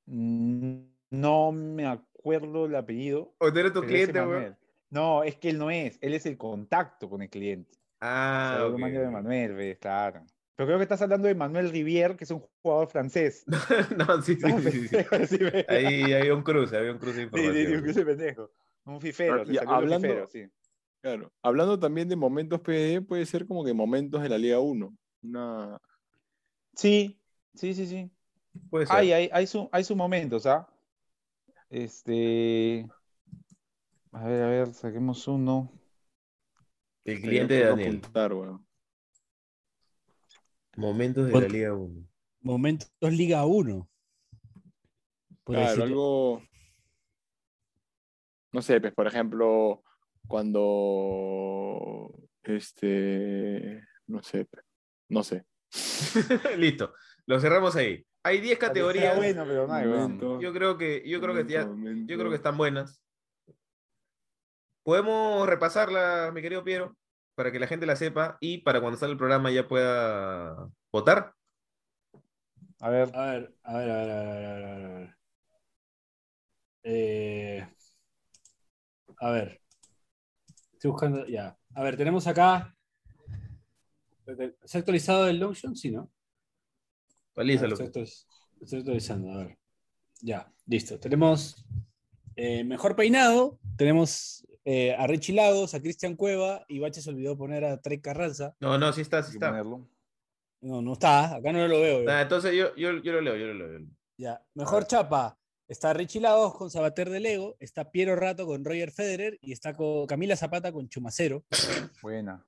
Mm, No me acuerdo el apellido.
¿O tú eres tu
pero es
cliente, weón?
Emanuel. No, es que él no es, él es el contacto con el cliente.
Ah,
Seguro
ok,
mando de
ok.
Manuel, ve, claro. Pero creo que estás hablando de Manuel Rivière, que es un jugador francés. Ah,
no, sí, sí, sí, sí, sí.
Sí, ve.
Ahí había un cruce, había un cruce de
Sí, sí, sí,
información.
ese pendejo. Un fifero,
Ahora,
te
y
salió el
hablando-
fifero, sí.
Claro. Hablando también de momentos PD, puede ser como que momentos de la Liga 1. Una...
Sí, sí, sí, sí.
Puede ser.
Hay, hay, hay, su, hay sus momentos, ¿ah? Este. A ver, a ver, saquemos uno.
El cliente de
Tengo que
Daniel.
apuntar, weón.
Momentos de
Pon-
la Liga 1.
Momentos Liga 1. Por
Claro,
decirlo.
algo. No sé, pues, por ejemplo, cuando. Este. No sé. pe- No sé.
Listo. Lo cerramos ahí. Hay 10
Parecía
categorías.
bueno, pero no hay, weón.
Momento,
Yo creo que, yo creo que ya,
momento,
yo creo que
momento.
están buenas. Podemos repasarla, mi querido Piero, para que la gente la sepa y para cuando salga el programa ya pueda votar.
A ver,
A
Ah,
ver, a ver, a ver, a ver, a ver, a ver, a ver. Eh, a ver. Estoy buscando, ya. A ver, tenemos acá. ¿Se ha actualizado el Notion? Sí, ¿no? A ver,
Valízalo.
estoy,
Ah,
actualiz- estoy actualizando, a ver. Ya, listo. Tenemos eh, mejor peinado. Tenemos eh, a Richie Lagos, a Cristian Cueva y Bache se olvidó poner a Trey Carranza.
No, no, sí está, sí
hay que
está.
ponerlo.
No, no está. Acá no lo veo. yo.
Ah, entonces yo, yo, yo lo leo, yo lo leo. yo lo leo.
Ya, mejor chapa. Está Richie Lagos con Sabater de Lego, está Piero Rato con Roger Federer y está co- Camila Zapata con Chumacero.
Buena.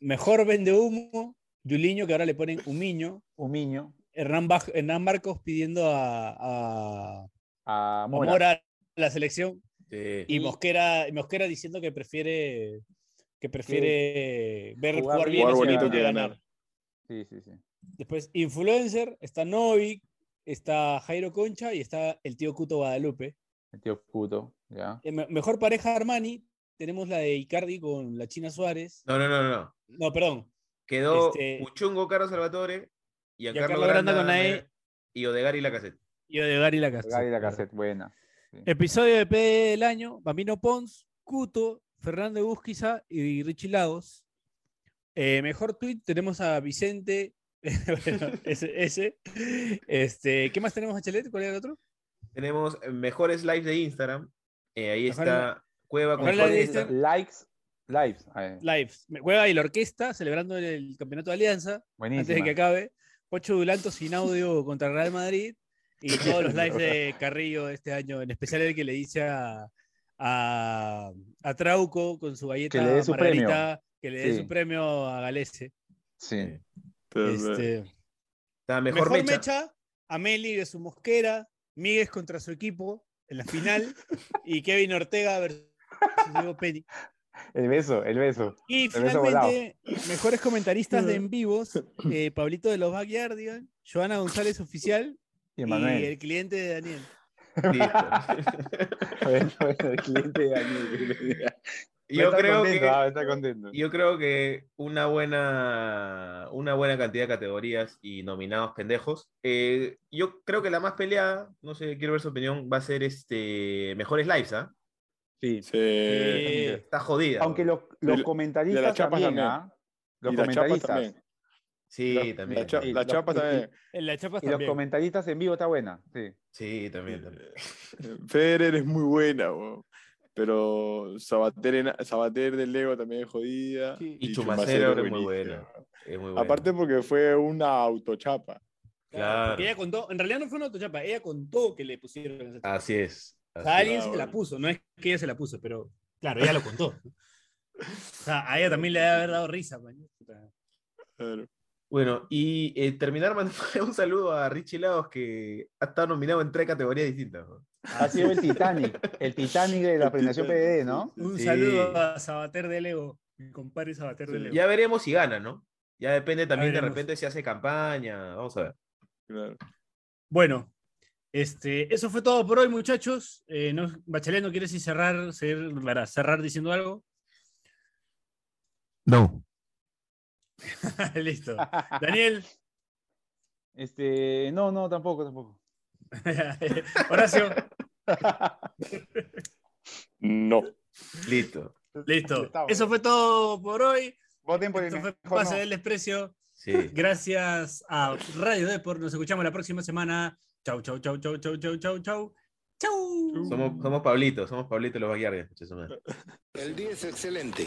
Mejor vende humo, Juliño, que ahora le ponen Humiño.
Umiño
Hernán, Baj- Hernán Marcos pidiendo a, a- a
a Mora.
Mora a la selección.
Sí.
Y Mosquera, y Mosquera diciendo que prefiere, que prefiere ver
Jugar
jugar, bien
Jugar
a
bonito
selección
que ganar.
Sí, sí, sí.
Después, influencer, está Novik, está Jairo Concha y está el tío Cuto Guadalupe.
El tío puto, ya.
Eh, me- Mejor pareja Armani, tenemos la de Icardi con la China Suárez.
No, no, no, no.
No, perdón.
Quedó
Este-
Uchungo, Carlos Salvatore, y a
Giancarlo
Carlos Granda
Granda con la E.
Nae- y Odegar y la caseta.
Y de Gary la Castro.
Gary la cassette, buena.
Episodio de PD del año, Bambino Pons, Cuto, Fernando Busquiza y Richie Lagos. Eh, mejor tweet tenemos a Vicente, bueno, ese, ese. Este, ¿Qué más tenemos, Chelet? ¿Cuál era el otro?
Tenemos mejores lives de Instagram. Eh, ahí
Mejor
está Cueva con
mejor
su
live de
orquesta.
Instagram.
Likes, lives. a ver,
Lives. Cueva y la orquesta celebrando el, el campeonato de Alianza antes de
Buenísima.
que acabe. Pocho Dulanto sin audio contra Real Madrid y todos los lives de Carrillo este año, en especial el que le dice a, a, a Trauco con su galleta
Que le dé su premio.
margarita, que le dé
Sí.
su premio a Galese.
Sí.
eh,
Este,
Está mejor,
mejor
mecha.
mecha. a Meli de su mosquera, Míguez contra su equipo en la final y Kevin Ortega versus Diego Penny.
El beso, el beso.
Y
Pero eso volado.
finalmente, mejores comentaristas de en vivos, eh, Pablito de los Backyardigan, Joana González Oficial
Y
y,
Emanuel.
el cliente de Daniel.
Listo.
A ver, a ver, el cliente de Daniel.
yo,
Está
creo
contento, ah,
que,
está contento.
yo creo que una buena, una buena cantidad de categorías y nominados pendejos. Eh, yo creo que la más peleada, no sé, quiero ver su opinión, va a ser este mejores lives, ¿ah?
Sí.
Sí.
Eh,
Está jodida.
Aunque
weón.
los, los
la-
comentaristas
chapa
también,
también.
¿ah? Los
Y las chapas
comentaristas.
también.
Sí,
Lo-
también.
La, cha-
Sí,
la
lo-
chapa también.
En la chapa
Y los
también.
comentaristas en vivo está buena, sí.
Sí, también, también.
Federer es muy buena, weón. Pero Sabater, en- Sabater del Lego también es jodida.
Sí.
Y
Chumacero
Chumacero es muy
buenísimo.
bueno. Es muy bueno.
Aparte porque fue una autochapa.
Claro.
Porque ella contó, en realidad no fue una autochapa, ella contó que le pusieron esa chapa.
Así es.
O
así
sea,
es.
alguien
Ah,
se la
bueno.
puso, no es que ella se la puso, pero claro, ella lo contó. O sea, a ella también le debe haber dado risa. pues, man. Puta.
Claro.
Bueno, y eh, terminar mandando un saludo a Richie Lagos que ha estado nominado en tres categorías distintas. ¿no?
Ha sido el Titanic, el Titanic de Eh, la premiación PDD, ¿no?
Un
Sí.
saludo a Sabater de Lego, mi compadre Sabater de
Sí.
Lego.
Ya veremos si gana, ¿no? Ya depende también de
veremos.
repente si hace campaña. Vamos a ver.
claro.
Bueno, este, eso fue todo por hoy, muchachos. Eh, no, Bachelet, ¿no quieres ir cerrar, seguir- para cerrar diciendo algo?
No.
Listo. Daniel,
Este, no, no, tampoco, tampoco.
Horacio,
No.
Listo.
listo.
Estamos.
Eso fue todo por hoy.
Voten por el
Esto fue
mejor.
Pase
no.
del Desprecio.
Sí.
Gracias a Radio Deport. Nos escuchamos la próxima semana. Chau, chau, chau, chau, chau, chau, chau, chau. Chau.
Somos, somos Pablito, somos Pablito y los Baguiargas.
El día es excelente.